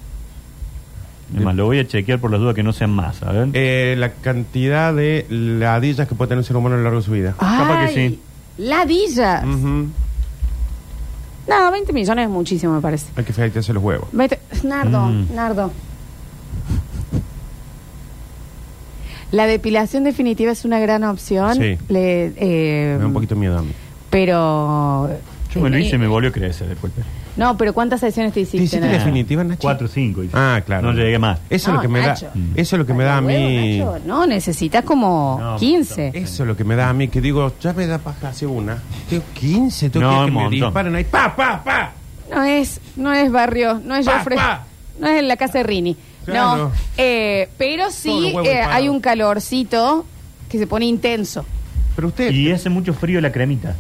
C: Además, lo voy a chequear por las dudas que no sean más, a ver.
D: eh, la cantidad de ladillas que puede tener un ser humano a lo largo de su vida.
C: Eh, capaz que
B: Ay,
C: sí. Mm.
B: Ladillas.
D: Ujú.
B: No, 20 millones es muchísimo, me parece.
D: Hay que fijarse los huevos.
B: Vete- Nardo,
C: Mm.
B: Nardo. La depilación definitiva es una gran opción.
D: Sí.
B: Le- eh,
D: Me da un poquito de miedo a mí.
B: Pero.
C: Yo me lo hice y
B: Eh,
C: me volvió a crecer después.
B: No, pero ¿cuántas sesiones te
D: ¿Te
B: hiciste?
D: hiciste
B: Nacho?
D: definitiva, Nacho?
C: 4 5.
D: Ah, claro.
C: No llegué más.
D: Eso es
B: No,
D: lo que me
B: Nacho.
D: da. Eso es lo que me da a
B: Huevo,
D: mí.
B: Nacho, No, necesitas como
C: No,
B: 15.
D: Eso es lo que me da a mí que digo, ya me da paja hace una. Tengo 15, tengo
C: No,
D: que-
C: un
D: que me
C: montón.
D: disparan ahí. ¡Pa, pa, pa!
B: No es, no es barrio, no es
D: Eh. Pa,
B: Joffre,
D: pa.
B: no es en la casa de Rini.
D: Claro.
B: No, eh, pero
D: Todos los
B: sí
D: huevos
B: eh,
D: disparados.
B: hay un calorcito que se pone intenso.
D: Pero usted.
C: Y hace mucho frío la cremita.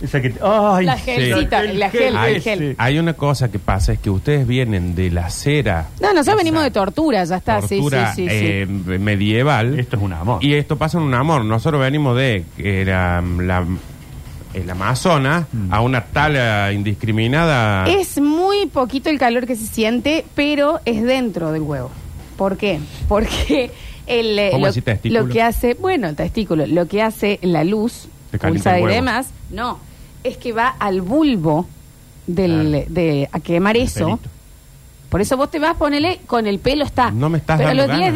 C: Esa que. ¡Ay!
B: La gelcita, la gel,
D: Hay,
B: el gel.
C: ese.
D: hay una cosa que pasa, es que ustedes vienen de la cera.
B: No, nosotros
D: Esa
B: venimos de tortura, ya está. sí,
D: tortura,
B: sí, sí, sí.
D: eh, medieval.
C: Esto es un amor.
D: Y esto pasa en un amor. Nosotros venimos de eh, la, la- el Amazonas
C: Mm.
D: a una tala indiscriminada.
B: Es muy poquito el calor que se siente, pero es dentro del huevo. ¿Por qué? Porque el, eh,
D: ¿Cómo
B: lo,
D: así testículo?
B: lo que hace, bueno, el testículo, lo que hace la luz,
D: Te calienta
B: pulsada
D: el
B: y
D: huevo.
B: demás, no, es que va al bulbo del,
D: Claro.
B: de, a quemar
C: El
B: eso.
C: pelito.
B: Por eso vos te vas, ponele, con el pelo está.
D: No me estás
B: Pero
D: dando
B: a los 10
D: ganas.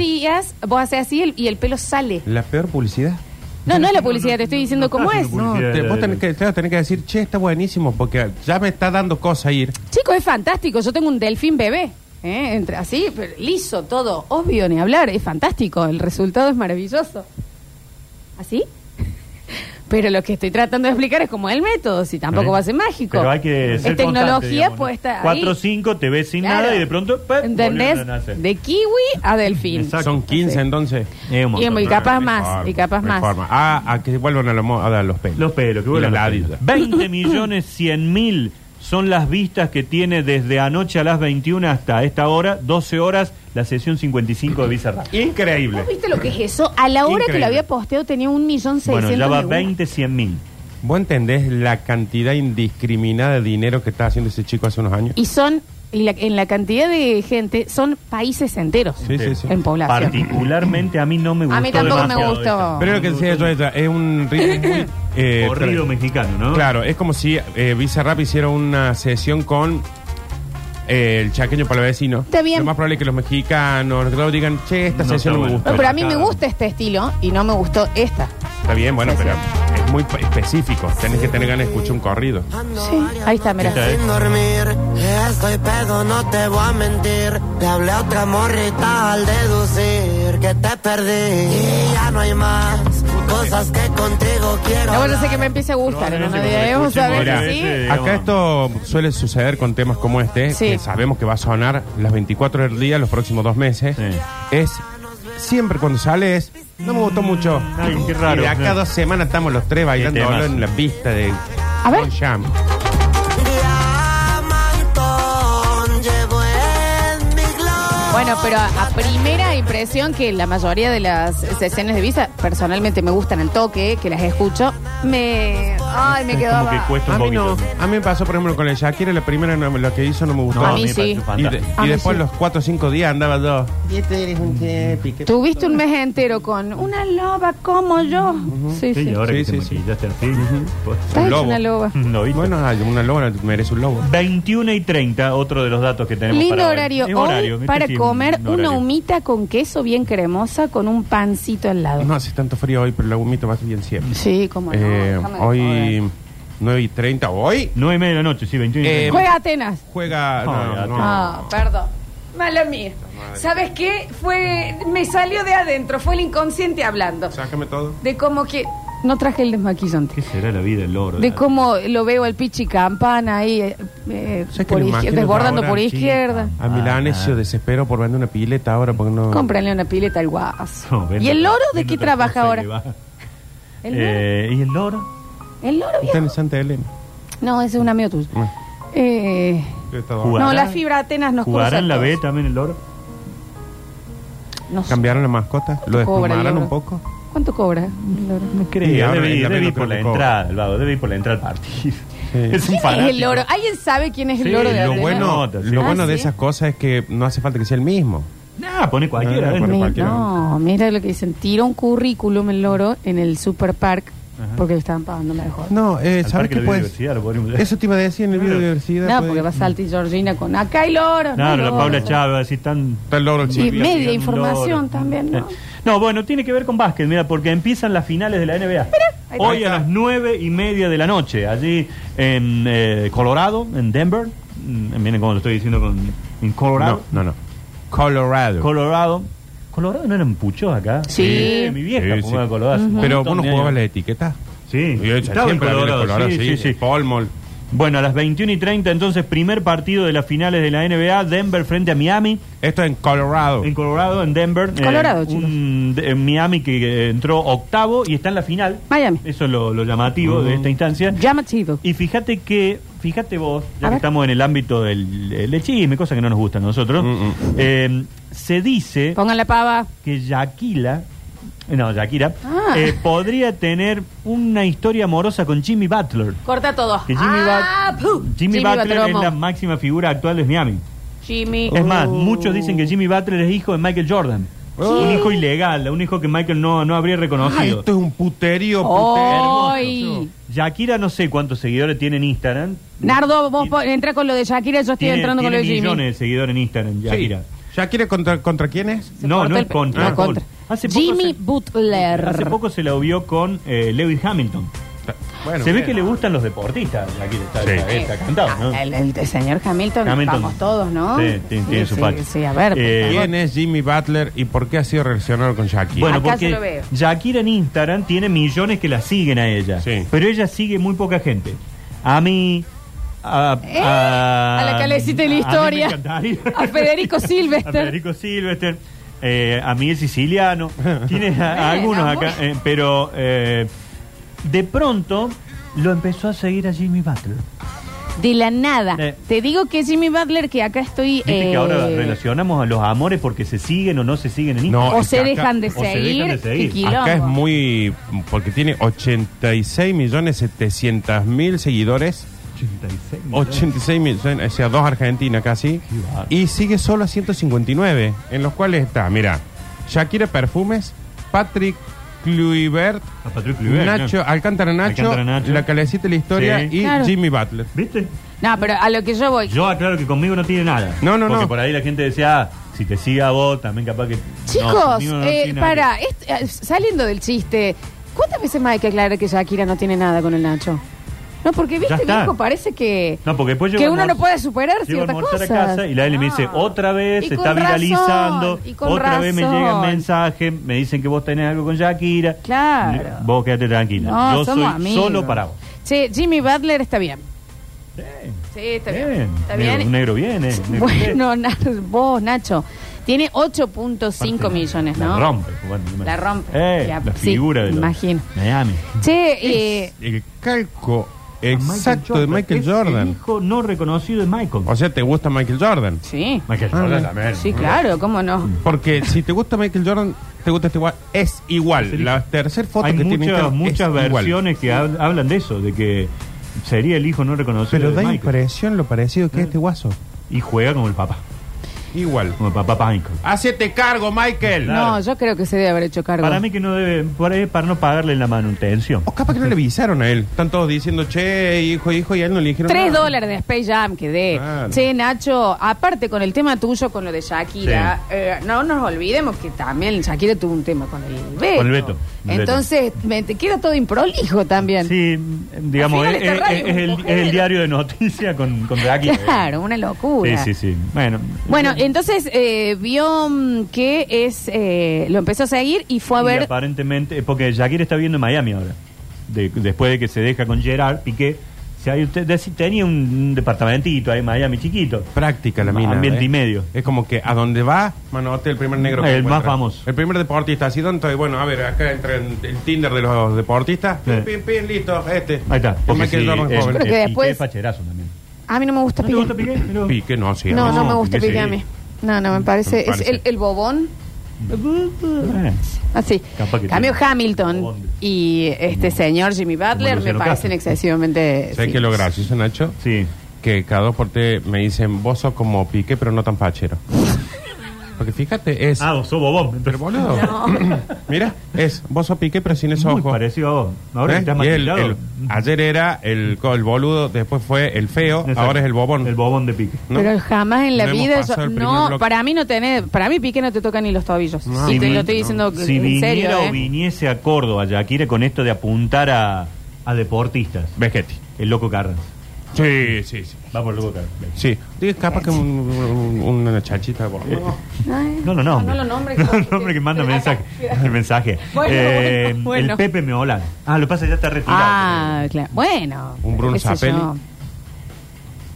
B: días vos haces así el- y el pelo sale.
D: La peor publicidad.
B: No, no es la
C: No,
B: publicidad,
C: no,
B: te estoy
C: no,
B: diciendo
C: no
B: cómo
C: está
B: es.
C: haciendo
D: No,
C: Publicidad
D: te-
C: de-
D: vos tenés que, claro, tenés que decir, che, está buenísimo, porque ya me está dando cosa ir.
B: Chicos, es fantástico. Yo tengo un delfín bebé. ¿eh? Entre, así, pero liso, todo. Obvio, ni hablar. Es fantástico. El resultado es maravilloso. ¿Así? Pero lo que estoy tratando de explicar es como el método, si tampoco
C: ¿Eh?
B: va a ser mágico.
C: Pero hay que ser
B: es tecnología puesta ahí.
C: 4 5, te ves sin
B: Claro.
C: nada y de pronto. ¡pep!
B: ¿Entendés?
C: volvieron a nacer.
B: De kiwi a delfín.
C: Exacto.
D: Son 15
B: Sí.
D: entonces.
C: Es
B: Y
C: un
B: es
C: montón.
B: muy capaz
D: No hay
B: más,
D: forma,
B: y capaz
D: no hay
B: más.
D: forma. Ah, a que vuelvan a, la mo- a los pelos.
C: Los pelos, que
D: Y
C: vuelan
D: la
C: los pelos.
D: ladilla.
C: 20 millones 100 mil son las vistas que tiene desde anoche a las 21 hasta esta hora, 12 horas, la sesión 55 de Bizarrap.
D: Increíble.
B: ¿Vos viste lo que es eso? A la hora que
D: Increíble.
B: lo había posteado tenía un millón
C: Bueno,
B: seiscientos
C: ya va
B: me gusta.
C: 20 100 mil.
D: ¿Vos entendés la cantidad indiscriminada de dinero que está haciendo ese chico hace unos años?
B: Y son, y la- en la cantidad de gente, son países enteros
D: Sí, sí, sí.
B: en población.
C: Particularmente a mí no me gustó.
B: A mí tampoco me
C: demasiado
B: gustó.
C: esto.
D: Pero lo que decía yo ella, es un ritmo muy... eh,
C: Corrido
D: tra-
C: mexicano, ¿no?
D: Claro, es como si eh, Bizarrap hiciera una sesión con eh, el chaqueño para el vecino.
B: Está bien.
D: Lo más probable es que los mexicanos, los que todos digan, che, esta
C: No está
D: sesión no me
C: bueno.
D: gusta.
B: No, pero a mí me
C: Claro.
B: gusta este estilo y no me gustó esta.
D: Está bien, bueno, pero es muy pe- específico. Tenés que tener ganas de escuchar un corrido.
B: Sí, ahí está, mira. ¿eh?
C: Esta es.
E: Sin dormir, estoy pedo, no te voy a mentir. Te hablé a otra morrita al deducir que te perdí. Y ya no hay más cosas que contigo quiero.
B: No, yo sé que me empieza a gustar. En una de ellos, ¿sabes?
D: Mira,
B: Sí.
C: Eh,
D: acá esto suele suceder con temas como este,
B: Sí.
D: que sabemos que va a sonar las 24 del día los próximos dos meses.
C: Sí.
D: Es siempre cuando sale es No me gustó mucho.
C: Ay, qué raro.
D: Y de acá dos semanas estamos los tres bailando
C: temazo.
D: en la pista de
B: A ver.
D: Con Jam.
E: Diamantón llevo en mi globo.
B: Bueno, pero a, a primera impresión que la mayoría de las sesiones de visa personalmente me gustan al toque, que las escucho, me ay, me
C: Es
B: quedaba
C: como que cuesta
D: A
C: un
D: mí no.
C: poquito.
D: A mí me pasó, por ejemplo, con la Shakira, la primera no, lo que hizo no me gustó.
B: A mí
C: me
B: sí.
C: pareció
D: y, de-
C: fantástico.
D: y
B: A mí
D: después
B: sí.
D: los cuatro o cinco días andaba yo.
B: Tuviste un mes entero con una loba como yo. Sí,
C: Sí,
B: sí.
C: y ahora
D: Sí,
C: que
D: sí,
C: te
D: sí.
C: maquillaste así. pues,
B: Está
D: un
B: hecho
D: lobo.
B: una loba.
C: Mm, no, ¿viste?
D: Bueno, hay una loba, merece un lobo.
C: 21 y 30, otro de los datos que tenemos
B: Lindo
C: para hoy.
B: horario.
C: Es
B: Hoy
C: ¿viste?
B: para
C: Sí, un
B: comer una
C: horario.
B: humita con queso bien cremosa con un pancito al lado.
D: No hace tanto frío hoy, pero la humita va bien siempre.
B: Sí, como no.
D: Eh,
B: déjame de joder.
D: hoy, 9 y 30, hoy
C: 9 y media de la noche, sí, 21 y
D: Eh,
C: 30.
B: Juega Atenas.
D: juega.
C: Ay,
D: No, no.
B: Ah, perdón. Mala mía. ¿Sabes qué? Fue me salió de adentro, fue el inconsciente hablando.
D: Sácame todo.
B: De cómo que no traje el desmaquillante.
C: ¿Qué será la vida del loro? Ah,
B: De
C: la-
B: cómo lo veo al Pichi Campana ahí eh, eh,
D: ¿Sabes que
B: por
D: lo
B: izquier-
D: imagino
B: desbordando
D: ahora,
B: por
D: chica?
B: izquierda.
C: Ah,
D: A Milanesio desespero por vender una pileta ahora porque no.
B: Cómpranle una pileta al guaso.
C: No, vende-
B: ¿Y el loro de
C: vende
B: qué
C: otra
B: trabaja
C: cosa
B: ahora?
C: que va.
B: ¿El loro?
C: Eh, ¿Y el loro?
B: ¿El loro
D: Está
B: viejo?
D: en Santa Elena.
B: No, ese es un amigo tuyo.
D: Bueno,
B: Eh,
D: yo estaba-
C: Jugar.
B: no,
C: ¿Jugará?
B: la fibra Atenas nos cruza.
C: ¿Jugará
B: a
C: en la B
B: todos.
C: también el loro?
B: No sé.
D: Cambiaron la mascota, lo
B: Cobra,
D: desplumaron
B: Loro.
D: un poco.
B: ¿Cuánto cobra el loro?
C: No creo.
D: Sí, ahora
C: debe
D: en
C: ir,
D: la B
C: debe
D: no
C: ir por
D: creo
C: la
D: que cobre.
C: entrada, el vago. Debe ir por la entrada al partido.
D: Sí.
C: Es un
B: ¿Quién es
C: fanático.
B: el loro? ¿Alguien sabe quién es el
C: Sí,
B: loro de
C: lo
B: Atenas?
D: Bueno,
C: Nota, sí.
D: lo
B: Ah,
D: bueno de
B: sí.
D: esas cosas es que no hace falta que sea el mismo.
C: Nah, pone cualquiera.
D: Ah,
C: ¿eh?
D: bueno.
B: Mi-
D: cualquiera.
B: no, mira lo que dicen. Tira un currículum el loro en el Super Park
C: Ajá.
B: porque le estaban pagando mejor. No,
D: No, eh,
C: Al
D: ¿sabes
C: parque
D: qué
C: de
D: puedes?
C: biodiversidad lo podríamos llevar.
D: Eso te iba a decir en el
C: Claro.
D: video de diversidad.
B: porque va a
D: puedes-
B: saltar Georgina con acá hay loros.
C: pues, Claro,
B: hay
C: la
B: loros".
C: Paula Chávez, así tan.
D: Está el logro el
B: Y
D: chico.
B: media
C: Digan,
B: información
C: loro.
B: también, ¿no?
C: Eh, No, bueno, tiene que ver con básquet, mira, porque empiezan las finales de la NBA.
B: ahí
C: Hoy a
D: está.
C: las nueve y media de la noche, allí en eh, Colorado, en Denver. Mm, Miren cómo lo estoy diciendo con, en Colorado.
D: No, no, no. Colorado.
C: Colorado. Colorado no eran puchos acá. Eh,
B: Sí.
C: Mi vieja
D: Sí,
C: jugaba
D: sí.
C: en Colorado. hace un
D: Pero
C: montón
D: vos no
C: de
D: jugabas la
C: años.
D: etiqueta.
C: Sí,
D: Yo
C: estaba en Colorado. sí, sí, sí.
D: Polmol.
C: Bueno, a las 21 y 30, entonces, primer partido de las finales de la NBA, Denver frente a Miami.
D: Esto en Colorado.
C: En Colorado, en Denver. eh,
B: Colorado, chicos.
C: un- de- en Miami que eh, entró octavo y está en la final.
B: Miami.
C: Eso es lo, lo llamativo de
D: Mm.
C: esta instancia.
B: Llamativo.
C: Y fíjate que, fíjate vos, ya
B: A
C: que
B: ver.
C: estamos en el ámbito del, del chisme, cosa que no nos gusta a nosotros,
D: Mm, mm.
C: eh, se dice
B: Pongan la pava.
C: que Shakira, no, Shakira,
B: Ah.
C: eh, podría tener una historia amorosa con Jimmy Butler.
B: Corta todo.
C: Que Jimmy,
B: Ah,
C: Bat-
B: pu.
C: Jimmy Butler es
B: Batromo.
C: la máxima figura actual de Miami.
B: Jimmy. uh.
C: Es más, muchos dicen que Jimmy Butler es hijo de Michael Jordan. Un hijo ilegal, un hijo que Michael no, no habría
D: Ay,
C: reconocido.
D: Ah, esto es un puterío, puterío.
B: Hoy.
C: Shakira no sé cuántos seguidores tiene en Instagram.
B: Nardo, vos po- entra con lo de Shakira, yo estoy
C: Tiene,
B: entrando con lo
C: tiene
B: de Jimmy.
C: millones de seguidores en Instagram, Shakira.
D: ¿Shakira contra, contra quién es?
B: Se
C: No,
B: cortó
C: no
B: el
C: es
B: pe-
C: contra,
B: no,
C: es por.
B: contra.
C: Hace poco
B: Jimmy
C: se-
B: Butler.
C: Hace poco se la vio con eh, Lewis Hamilton.
D: Bueno,
C: se ve
D: bien.
C: que le gustan los deportistas, Shakira. Está,
D: Sí.
C: está- está cantado, ¿no?
B: Ah, el, el señor Hamilton,
C: Hamilton.
B: vamos todos, ¿no?
C: Sí, tiene- tiene su
B: sí,
C: facha.
B: sí, a ver. pues, por
C: Eh,
B: favor.
D: ¿Quién es Jimmy Butler y por qué ha sido relacionado con Shakira?
C: Bueno,
B: Acá se lo
C: porque
B: veo.
C: Shakira en Instagram tiene millones que la siguen a ella.
D: Sí.
C: Pero ella sigue muy poca gente. A mí. A,
B: Eh, a la que le hiciste la
C: a mí me
B: historia.
C: encantaría.
B: A Federico Silvestre.
C: A Federico Silvester. eh, a Miguel Siciliano. Tiene a- a
B: Bueno,
C: algunos
B: muy-
C: acá. eh, pero eh, de pronto lo empezó a seguir a Jimmy Butler.
B: De la nada.
C: Eh.
B: Te digo que Jimmy Butler, que acá estoy.
C: Viste
B: eh,
C: que ahora relacionamos a los amores porque se siguen o no se siguen en Instagram.
D: No,
B: o
D: es
B: se
D: que acá-
B: dejan de
C: o se dejan de
B: seguir.
C: seguir.
B: qué quilombo.
D: Acá es muy... Porque tiene 86 millones 700 mil seguidores.
C: 86 millones.
D: 86 millones, o sea, dos Argentinas casi.
C: bárbaro.
D: Y sigue solo a 159, en los cuales está, mira, Shakira Perfumes, Patrick Kluivert,
C: A Patrick Kluivert,
D: Nacho,
C: ¿no?
D: Alcántara Nacho,
C: Alcántara Nacho.
D: La Calecita y la Historia
C: Sí.
D: y
B: Claro.
D: Jimmy Butler.
C: ¿Viste?
B: No, pero a lo que yo voy.
C: Yo aclaro que conmigo no tiene nada.
D: No, no,
C: Porque
D: no.
C: por ahí la gente decía, ah, si te siga a vos, también capaz que. No,
B: Chicos,
C: conmigo no
B: eh,
C: tiene nada que-
B: para, est- eh, saliendo del chiste, ¿cuántas veces más hay que aclarar que Shakira no tiene nada con el Nacho? No, porque viste,
C: está.
B: viejo, parece que.
C: No, porque después llego
B: Que
C: a
B: uno
C: almorzar-
B: no puede superar
C: llego a
B: ciertas
C: almorzar
B: cosas.
C: a casa y la L me dice,
B: No.
C: otra vez
B: Y
C: se
B: con
C: está viralizando,
B: razón, y con
C: otra vez me
B: razón.
C: llegan mensajes, me dicen que vos tenés algo con Shakira.
B: Claro.
C: Vos quédate tranquila.
B: No,
C: Yo soy
B: somos amigos.
C: solo para vos.
B: Che, Jimmy Butler está bien.
C: Bien.
B: Sí, está
C: Bien.
B: bien. Está
C: Negro-
B: bien.
C: Un negro bien, eh. Negro bien.
B: Bueno, Na- vos, Nacho. Tiene 8.5 millones, ¿no?
C: La rompe. Bueno,
B: La rompe.
C: Eh,
B: Ya,
C: la
B: sí,
C: figura de los
B: imagino.
C: Miami.
B: Che, eh,
D: El calco
C: A Michael
D: exacto de
C: Jordan.
D: Michael
C: Es El
D: Jordan.
C: hijo no reconocido de Michael.
D: O sea, ¿te gusta Michael Jordan?
B: sí.
C: Michael
D: Ah,
C: Jordan
D: sí.
C: también.
B: Sí, claro, cómo no.
D: Porque si te gusta Michael Jordan, te gusta este igual. Es igual. La tercera foto
C: Hay
D: que tiene
C: muchas,
D: Instagram es
C: muchas
D: igual.
C: versiones que hab- hablan de eso, de que sería el hijo no reconocido
D: Pero
C: de
D: da
C: Michael.
D: impresión lo parecido que es este guaso.
C: Y juega como el papá,
D: Igual.
C: como el papá Michael.
D: Hacete cargo, Michael.
C: Claro.
B: No, yo creo que se debe haber hecho cargo.
C: Para mí que no debe, por ahí, para no pagarle la manutención.
D: O capaz que no le avisaron a él. Están todos diciendo, che, hijo, hijo, y a él no le dijeron.
B: Tres
D: nada.
B: dólares de Space Jam que dé.
D: Claro.
B: Che, Nacho, aparte con el tema tuyo, con lo de Shakira, eh, no nos olvidemos que también Shakira tuvo un tema con el Beto.
C: Con el Beto, el Beto.
B: Entonces, me- te queda todo improlijo también.
C: Sí, digamos,
B: Al
C: es,
B: final esta
C: es-
B: radio
C: es
B: es un
C: el, es el
B: cojero.
C: diario de noticias con, con Draghi.
B: Claro, una
C: Sí,
B: locura.
C: sí, sí. Bueno,
B: Bueno, entonces eh, vio mm, que es eh, lo empezó a seguir y fue a
C: y
B: ver
C: aparentemente, porque Shakira está viviendo en Miami ahora. De- después de que se deja con Gerard Piqué. Si hay, usted dec- tenía un, un departamentito ahí en Miami chiquito.
D: Práctica la mina.
C: Ambiente
D: ¿eh?
C: y medio.
D: Es como que a donde va, manote el primer negro que
C: El más
D: encuentra.
C: famoso.
D: El primer deportista. Así tanto, y bueno, a ver, acá entra en el Tinder de los deportistas.
C: Sí.
D: Pim, pim, pim, listo, este.
C: Ahí está.
D: Porque
C: Porque sí,
D: Michael Jordan
C: eh,
D: joven.
B: Creo que
C: eh, Piqué
B: después-
C: es facherazo también.
B: a mí no me gusta
C: ¿No te
B: Piqué.
C: gusta Piqué? Mirá.
D: Pique, no, sí.
B: No,
D: a
B: no,
D: mí
B: me gusta
D: Piqué
B: Piqué a
D: sí.
B: mí. No, no me parece,
D: Me parece.
B: es el, el bobón.
C: Eh,
B: Así.
C: Capaz que
B: Cambio
C: tiene-
B: Hamilton
C: Bond.
B: y este señor Jimmy Butler me
C: Luciano
B: parecen
C: Castro.
B: excesivamente.
D: ¿Sabes
B: sí.
D: qué es lo gracioso, Nacho?
C: Sí.
D: Que cada dos por tres me dicen, vos sos como Pique, pero no tan fachero. Porque fíjate, es.
C: Ah, vos sos bobón.
D: Pero boludo. Mira, es vos sos Piqué, pero sin esos
C: Muy
D: ojos.
C: parecido a vos. Ahora
D: ¿Eh?
C: que estás Mm.
D: Y el-
C: maquillado.
D: el- ayer era el, co- el boludo, después fue el feo,
C: Exacto.
D: ahora es el bobón.
C: El bobón de Piqué.
D: ¿no?
B: Pero jamás en la
D: No hemos
B: vida yo-
D: pasado el primer
B: no,
D: bloque.
B: para mí no tenés, para mí Piqué no te toca ni los tobillos.
D: No.
B: Y
D: Si
B: te
C: vi-
B: lo estoy diciendo que-
C: Si
B: en
C: viniera
B: serio.
C: o
B: ¿eh?
C: viniese a Córdoba, Shakira, con esto de apuntar a, a deportistas.
D: Vegetti.
C: El loco Carras.
D: Sí, sí, sí.
C: Va por el loco Carras.
D: Sí, Digo, capaz que un- un- una chachita. bo-
B: Ay,
C: No lo nombre.
B: Ah, No lo nombres.
C: No lo nombre que manda mensaje. El mensaje.
B: Bueno,
C: Eh,
B: bueno, bueno.
C: El Pepe Meola. Ah, lo que pasa es que ya está retirado.
B: Ah, claro. Bueno.
D: Un Bruno
B: qué sé
D: Zapelli.
B: yo.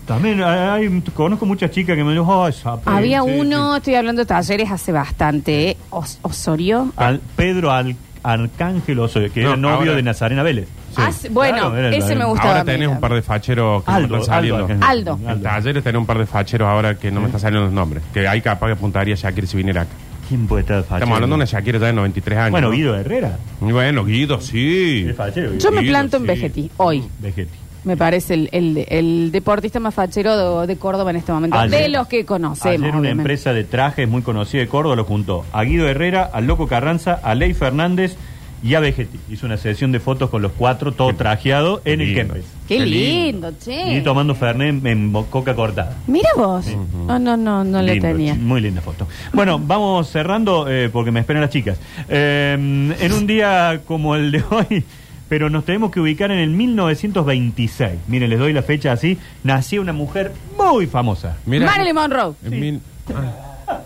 C: También hay, conozco muchas chicas que me dijo, "Ay, esa Pepe".
B: Había
C: Sí,
B: uno, estoy hablando de talleres hace bastante, ¿eh? Os- Osorio.
C: sí. Al- Pedro Al- Arcángel Osorio, que
D: No,
C: era novio
D: ahora-
C: de Nazarena Vélez.
D: Sí.
B: Ah, sí, bueno,
C: Claro, era el-
B: ese me
C: ahora
B: gustaba. a
D: Ahora
B: mí
D: tenés un par de facheros que no
C: Aldo,
D: están saliendo.
C: Aldo.
B: Aldo.
D: En talleres tenés un par de facheros ahora que no me están saliendo los nombres. Que ahí capaz que apuntaría Shakira si viniera acá.
C: ¿Quién puede estar fachero?
D: Estamos hablando de una Shakira ya de 93 años.
C: Bueno,
D: ¿no?
C: Guido Herrera.
D: Y Bueno, Guido, sí.
C: Es fachero, Guido.
B: Yo me
D: Sí,
B: planto en
D: sí.
B: Vegetti hoy.
C: Vegetti.
B: Me parece el, el- el deportista más fachero de, de Córdoba en este momento.
C: Ayer-
B: de los que conocemos.
C: Ayer una
B: obviamente.
C: empresa de trajes muy conocida de Córdoba lo juntó a Guido Herrera, a Loco Carranza, a Ley Fernández y a Vegetti. Hizo una sesión de fotos con los cuatro, todo trajeado en el
D: lindo.
C: Kempes.
B: Qué
D: Qué
B: lindo,
C: Y
B: che.
C: tomando Fernet en bo- coca cortada.
B: Mira vos. No, no, no, no le
C: Lindo,
B: tenía.
C: Muy linda foto. Bueno, vamos cerrando eh, porque me esperan las chicas. Eh, en un día como el de hoy, pero nos tenemos que ubicar en el 1926. Miren, les doy la fecha así. Nació una mujer muy famosa.
D: Mira,
B: Marilyn Monroe.
D: en mil- Ah.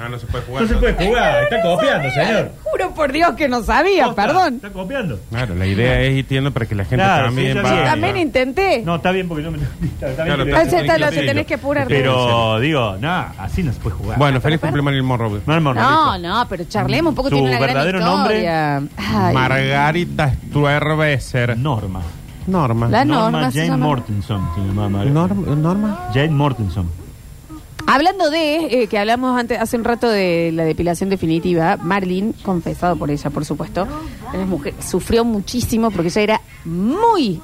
D: Ah, no se puede jugar.
C: No se
D: ¿no?
C: puede jugar, está copiando, señor.
B: Juro por Dios que no sabía,
C: Posta,
B: perdón.
C: Está copiando.
D: Claro, la idea es ir tiendo para que la gente
C: Claro,
D: también
C: sí, ya
D: va.
C: sí,
B: También intenté.
C: No, está bien porque yo me. Está, está bien
D: Claro,
C: que
D: pero
C: lo-
B: Ah, ya está, lo-
D: Sí,
B: te tenés que apurar.
C: Pero digo, nada, así no se puede jugar.
D: Bueno, feliz cumpleaños Marilyn Monroe.
C: no, hermano,
B: No,
C: listo.
B: no, pero charlemos un poco.
C: Su
B: tiene una gran
C: verdadero
B: historia. Ay,
D: Margarita Struerbeser.
C: Norma.
D: Norma.
B: La- Ah,
C: Norma,
B: Norma se
C: Jane
B: llama.
C: Mortenson. se llamaba.
D: Norm- Norma.
C: Jane Mortenson.
B: Hablando de, eh, que hablamos antes, hace un rato de la depilación definitiva, Marlene, confesado por ella, por supuesto, era mujer, sufrió muchísimo porque ella era muy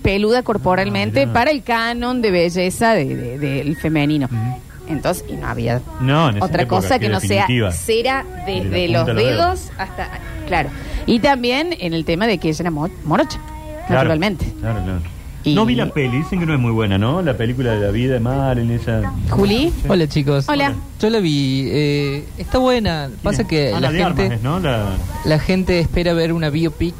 B: peluda
C: Ah,
B: corporalmente para el canon de belleza de- de- del femenino. Entonces, y no había
C: No, en esa
B: otra
C: época,
B: cosa que
C: qué
B: no
C: definitiva.
B: sea cera desde
C: Desde la
B: los
C: punta de los
B: dedos hasta... Claro. Y también en el tema de que ella era mo- morocha, naturalmente.
C: Claro, claro.
B: Y-
C: No vi la peli, dicen que no es muy buena, ¿no? La película de la vida de Marlin, esa.
B: Juli,
F: Hola chicos.
B: Hola.
F: Yo la vi. eh, está buena. Pasa que
C: Ah,
F: la
C: de
F: gente,
C: Armas, ¿no? La...
F: la gente espera ver una biopic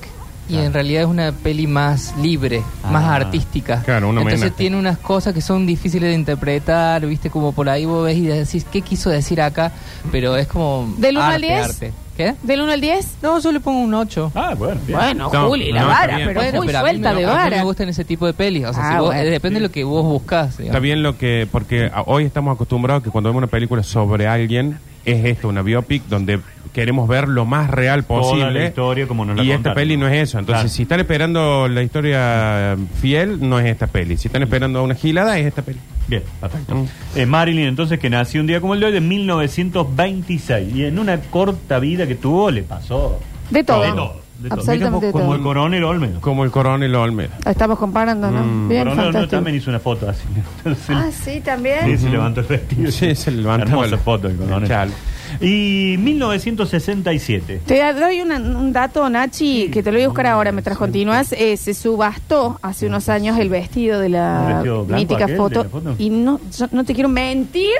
F: y en realidad es una peli más libre,
C: Ah.
F: más artística.
D: Claro, un homenaje.
F: Entonces tiene unas cosas que son difíciles de interpretar, viste como por ahí vos ves y decís qué quiso decir acá, pero es como
B: Del uno
F: arte,
B: al diez?
F: arte. ¿Qué?
B: ¿Del 1 al 10?
F: No, yo le pongo un 8.
C: Ah, bueno, bien.
B: Bueno,
D: No,
B: Juli, la
D: no, está
B: vara,
D: bien.
B: pero
D: Bueno,
B: muy
F: pero a mí
B: suelta
F: me-
B: de
F: a mí
B: vara.
F: me gustan ese tipo de pelis. O sea,
B: Ah,
F: si vos-
B: bueno.
F: eh, depende de lo que vos buscás. digamos.
D: Está bien lo que, porque a- hoy estamos acostumbrados que cuando vemos una película sobre alguien, es esto, una biopic donde queremos ver lo más real posible.
C: la historia como nos la
D: Y esta
C: contaron.
D: peli no es eso. Entonces,
C: Claro.
D: si están esperando la historia fiel, no es esta peli. Si están esperando una gilada, es esta peli.
C: Bien, perfecto.
B: Mm.
C: Eh, Marilyn, entonces, que nació un día como el de hoy, de 1926. Y en una corta vida que tuvo, le pasó.
B: De todo.
C: De todo, de todo.
B: Absolutamente de
D: Mira vos
C: Como el
B: todo.
C: coronel Olmedo.
D: Como el coronel Olmedo.
B: Estamos comparando, ¿no?
D: Mm,
B: Bien,
C: coronel Olmedo
B: fantástico.
C: también hizo una foto así. Entonces,
B: Ah, sí, también.
C: Sí, se levantó el vestido.
D: Sí, se levantó
C: Hermosa
D: la-
C: foto del coronel.
D: Chal.
C: Y 1967.
B: Te doy una- un dato, Nachi, que te lo voy a buscar ahora mientras continúas. Eh, se subastó hace unos años el vestido de
C: ¿El
B: la
C: vestido blanco
B: mítica
C: aquel de
B: foto.
C: la foto?
B: Y no, yo no te quiero mentir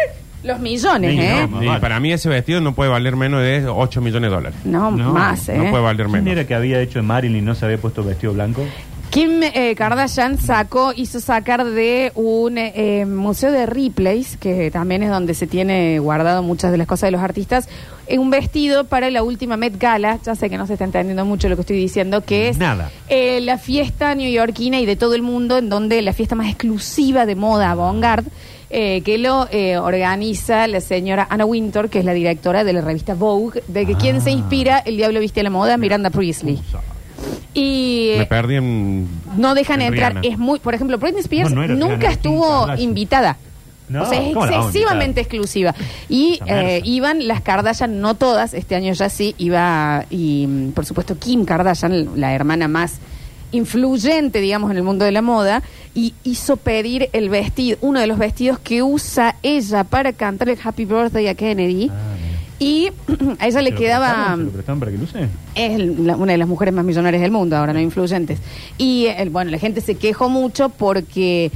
B: los millones,
C: Ni
B: ¿eh?
C: no,
D: Y
C: vale.
D: para mí ese vestido no puede valer menos de 8 millones de dólares.
B: No,
C: No,
B: más, ¿eh?
D: No puede valer
C: ¿Quién
D: menos.
C: era que había hecho de Marilyn no se había puesto vestido blanco?
B: Kim eh, Kardashian sacó, hizo sacar de un eh, eh, museo de replays, que también es donde se tiene guardado muchas de las cosas de los artistas, eh, un vestido para la última Met Gala, ya sé que no se está entendiendo mucho lo que estoy diciendo, que es
C: Nada.
B: eh, la fiesta neoyorquina y de todo el mundo, en donde la fiesta más exclusiva de moda, Vanguard, eh, que lo eh, organiza la señora Anna Wintour, que es la directora de la revista Vogue, de que quien se inspira, el diablo viste a la moda, Miranda Priestley. Y eh,
D: Me perdí en...
B: no dejan
D: En
B: entrar.
D: Rihanna.
B: Es muy, por ejemplo, Britney Spears
C: No, no era
B: nunca
C: Rihanna, era Kim
B: estuvo
C: Kardashian.
B: invitada.
C: No,
B: o sea, es
C: ¿cómo la vamos a
B: excesivamente exclusiva. Y
C: Esa merza.
B: eh, iban las Kardashian, no todas, este año ya sí, iba, y mm, por supuesto Kim Kardashian, la hermana más influyente, digamos, en el mundo de la moda, y hizo pedir el vestido, uno de los vestidos que usa ella para cantar el Happy Birthday a Kennedy.
C: Ah.
B: y a ella le
C: ¿Se lo
B: quedaba...
C: prestaron? ¿Se lo prestaron para que luce?
B: Es el- la- una de las mujeres más millonarias del mundo, ahora no influyentes. Y eh, el- bueno, la gente se quejó mucho porque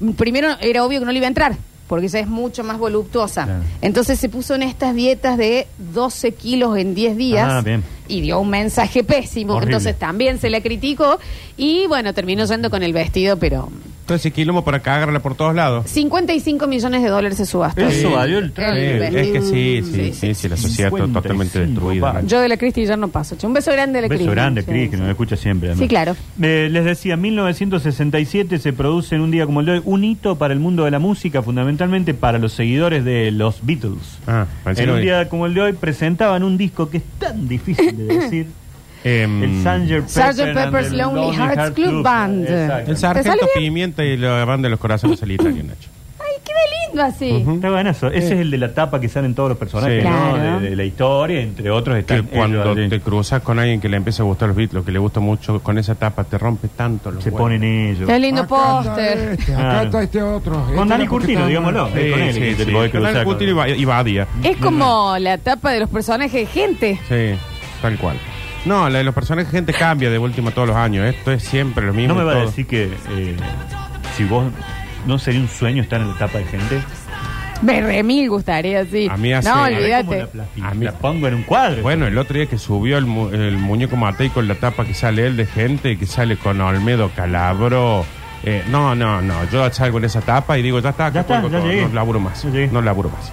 B: mm, primero era obvio que no le iba a entrar, porque ella es mucho más voluptuosa.
C: Claro.
B: Entonces se puso en estas dietas de 12 kilos en 10 días
C: Ah, bien.
B: y dio un mensaje pésimo.
C: Horrible.
B: Entonces también se la criticó y bueno, terminó yendo con el vestido, pero
D: Todo ese quilombo para cagarla por todos lados.
B: 55 millones de dólares se subastó.
C: Eso valió el
D: Sí,
C: traje.
B: vestido.
D: es que sí, sí, sí, sí, la sociedad está
C: 55,
D: totalmente destruida.
C: papá.
B: Yo de la Cristi ya no paso. che. Un beso grande a la
C: Beso
B: Cristi.
C: grande,
B: Sí,
C: Cris, que
B: sí.
C: nos escucha siempre. además.
B: Sí, claro.
C: Eh, les decía, 1967 se produce en un día como el de hoy un hito para el mundo de la música, fundamentalmente para los seguidores de los Beatles.
D: Ah, pensé
C: en
D: lo
C: un
D: vi.
C: día como el de hoy presentaban un disco que es tan difícil de decir.
D: Em,
C: El Sanger
B: Sgt. Pepper's Lonely Hearts Club Band.
D: el
C: Exacto.
B: ¿Te
D: sargento
B: sale bien?
D: Pimienta y la banda de los corazones solitarios, Nacho.
B: Ay, qué de lindo así.
C: Está buenazo. Ese es el de la tapa que salen todos los personajes
D: Sí.
C: ¿no?
B: Claro.
C: de, de la historia, entre otros.
D: Que
C: Están
D: cuando
C: ellos allí.
D: te cruzas con alguien que le empieza a gustar los Beatles, que le gusta mucho, con esa tapa te rompe tanto los
C: se
D: huevos.
C: ponen ellos.
B: Qué lindo
G: Acá está
B: póster.
G: este, acá
C: Claro.
G: está este otro.
C: Con
G: Este
C: Dani
G: era porque
C: Curtino,
G: estaba-
C: digámoslo.
D: Sí,
C: Es con él
D: sí,
C: que
D: sí,
C: te
D: sí,
C: podés
D: con
C: cruzar
D: Dani
C: con
D: Curtino y
C: él.
D: Ba- y Badía.
B: Es como la tapa de los personajes de gente.
D: Sí, tal cual. No, la de los personajes, gente cambia de último todos los años. Esto es siempre lo mismo.
C: No me va a
D: todo.
C: decir que eh, si vos no sería un sueño estar en la etapa de gente.
B: Me re mil gustaría, sí.
D: A mí hace-
B: no,
C: Como
B: olvídate.
C: la plastilina.
D: A mí-
C: La pongo en un cuadro.
D: Bueno, el otro día que subió el, mu- el muñeco Matei con la tapa que sale él de gente, que sale con Olmedo Calabro. eh, no, no, no. Yo salgo en esa tapa y digo, ya está, acá
C: Ya está,
D: cuelgo
C: ya
D: todo,
C: llegué.
D: no laburo más.
C: Ya llegué.
D: No laburo más.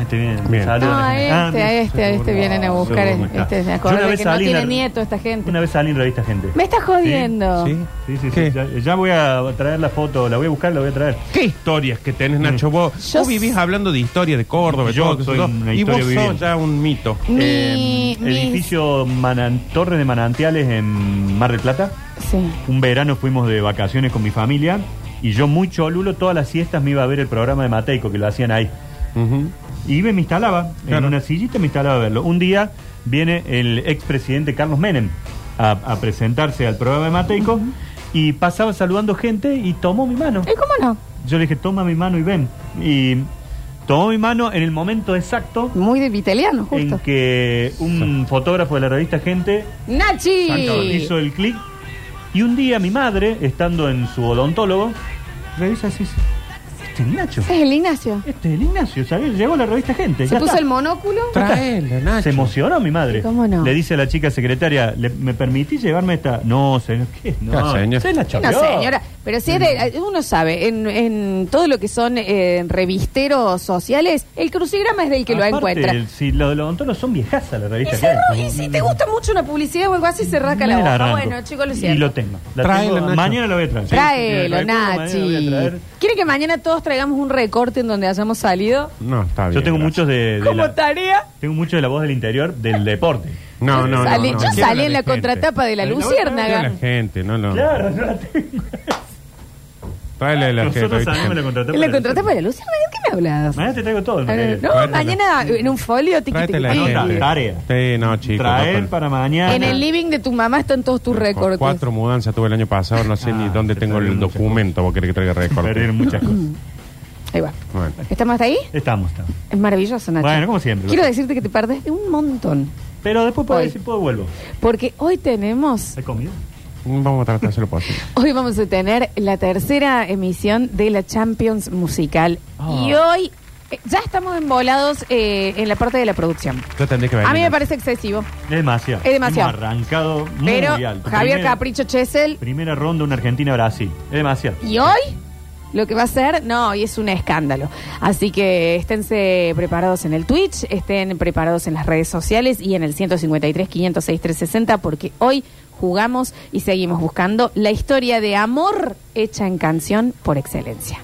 C: Este viene,
D: Bien.
C: saluda
B: No,
C: a
B: a
C: la gente.
B: este,
C: Ah,
B: a
C: mira,
B: este, a este vienen a buscar.
C: seguro.
B: Este, me
C: Yo
B: acordé
C: una vez
B: que no
C: salí en
B: tiene
C: la-
B: nieto esta gente.
C: Una vez salí en revista gente.
B: Me estás jodiendo.
D: ¿Sí?
C: Sí, sí, sí.
D: ¿Qué?
C: Ya, ya voy a traer la foto, la voy a buscar, la voy a traer.
D: ¿Qué historias que tenés, Nacho? Vos,
B: Yo
D: vos vivís hablando de historia de Córdoba,
C: Mm. Yo
D: todo, que
C: soy
D: todo,
C: una
D: y
C: historia
D: vos sos
C: viviente.
D: ya un mito.
B: Mi-
C: Eh,
B: mis-
C: edificio Manan- Torres de Manantiales en Mar del Plata.
B: Sí. Eh,
C: Un verano fuimos de vacaciones con mi familia y yo muy cholulo, todas las siestas me iba a ver el programa de Mateico que lo hacían ahí.
D: Ujú.
C: Y me, me instalaba, en
D: Claro.
C: una sillita me instalaba a verlo. Un día viene el expresidente Carlos Menem a, a presentarse al programa de Mateico y pasaba saludando gente y tomó mi mano.
B: ¿Y cómo no?
C: Yo le dije, toma mi mano y ven. Y tomó mi mano en el momento exacto
B: Muy de vitaliano,
C: en
B: justo.
C: que un fotógrafo de la revista Gente
B: ¡Nachi!
C: hizo el clic. Y un día mi madre, estando en su odontólogo, revisa así. sí. "Este es el Nacho.
B: Es el Ignacio.
C: Este es el Ignacio, ¿sabes? Llegó la revista Gente.
B: Se
C: ya
B: puso
C: está.
B: el monóculo.
D: Traelo, Nacho.
C: Se emocionó mi madre.
B: ¿Cómo no?
C: Le dice a la chica secretaria, "Le- ¿me permitís llevarme esta? No, señor, ¿qué? No,
D: No, señor.
C: Se la
B: Una
C: choreó.
B: señora. Pero si es de, eh, uno sabe, en, en todo lo que son eh, revisteros sociales, el crucigrama es del que lo
C: Aparte,
B: encuentra.
C: Si los odontólogos son viejas la
B: Y,
C: revista.
B: se
C: Gente.
B: ro- y si te gusta mucho una publicidad o algo así, se rasca la
C: Me
B: boca.
C: arranco.
B: Bueno, chicos, lo
C: Y
B: siento.
C: lo tengo. La
D: Tráelo,
C: tengo-
D: Nacho.
C: Mañana lo voy a traer.
B: Tráelo,
C: Sí, sí, la recuerdo, mañana lo voy a traer.
B: Nachi. ¿Quiere que mañana todos traigamos un recorte en donde hayamos salido?
D: No, está bien.
C: Yo tengo
D: gracias.
C: muchos de, de
B: Como
C: la-
B: tarea.
C: tengo muchos de la voz del interior del deporte.
D: No, no, no.
B: Salí-
D: no,
B: yo
D: quiero
B: salí
D: de
B: en la
D: gente.
B: contratapa de la
C: Quiero la
D: Quiero de
B: luciérnaga.
D: la gente, no, no.
C: Claro, no la tengo.
D: Tráele de la
C: Nosotros
D: gente.
C: salimos la contratapa.
B: En la contratapa de la luciérnaga, ¿de qué me hablas?
C: Mañana te traigo todo.
B: A ver, No,
C: Traer
D: Tráetela.
B: mañana en un folio tiqui,
D: Tráete
B: tiqui,
D: la
B: tiqui.
C: Anota,
D: gente.
C: tarea.
D: Sí, no, chicos. papá.
C: para mañana.
B: En el living de tu pues. mamá están todos tus
D: Con
B: recortes.
D: Cuatro mudanzas tuve el año pasado, no sé
C: Ah,
D: ni dónde
C: se
D: tengo el
C: perdieron muchas
D: documento. ¿Vos querés que traiga
C: Perdieron
D: recorte?
C: muchas cosas.
B: Ahí va.
D: Bueno.
B: ¿Estamos hasta ahí?
C: Estamos, estamos.
B: Es maravilloso, Nacho.
C: Bueno, como siempre.
B: Quiero decirte que te perdés de un montón.
C: Pero después puedo
B: Hoy.
C: ver si puedo vuelvo.
B: Porque hoy tenemos,
C: ¿He comido?
D: Vamos a tratar de hacer lo posible.
B: hoy vamos a tener la tercera emisión de la Champions Musical.
C: Ah.
B: Y hoy eh, ya estamos envolados eh, en la parte de la producción.
D: Yo tendría que venir.
B: A mí me parece excesivo.
C: Es demasiado.
B: Es demasiado.
C: Hemos arrancado muy
B: Pero
C: alto.
B: Javier
C: Primera-
B: Capricho Chesel.
C: Primera ronda, una Argentina-Brasil. Es demasiado.
B: Y hoy lo que va a ser, no, y es un escándalo. Así que esténse preparados en el Twitch, estén preparados en las redes sociales y en el 153 506 360 porque hoy jugamos y seguimos buscando la historia de amor hecha en canción por excelencia.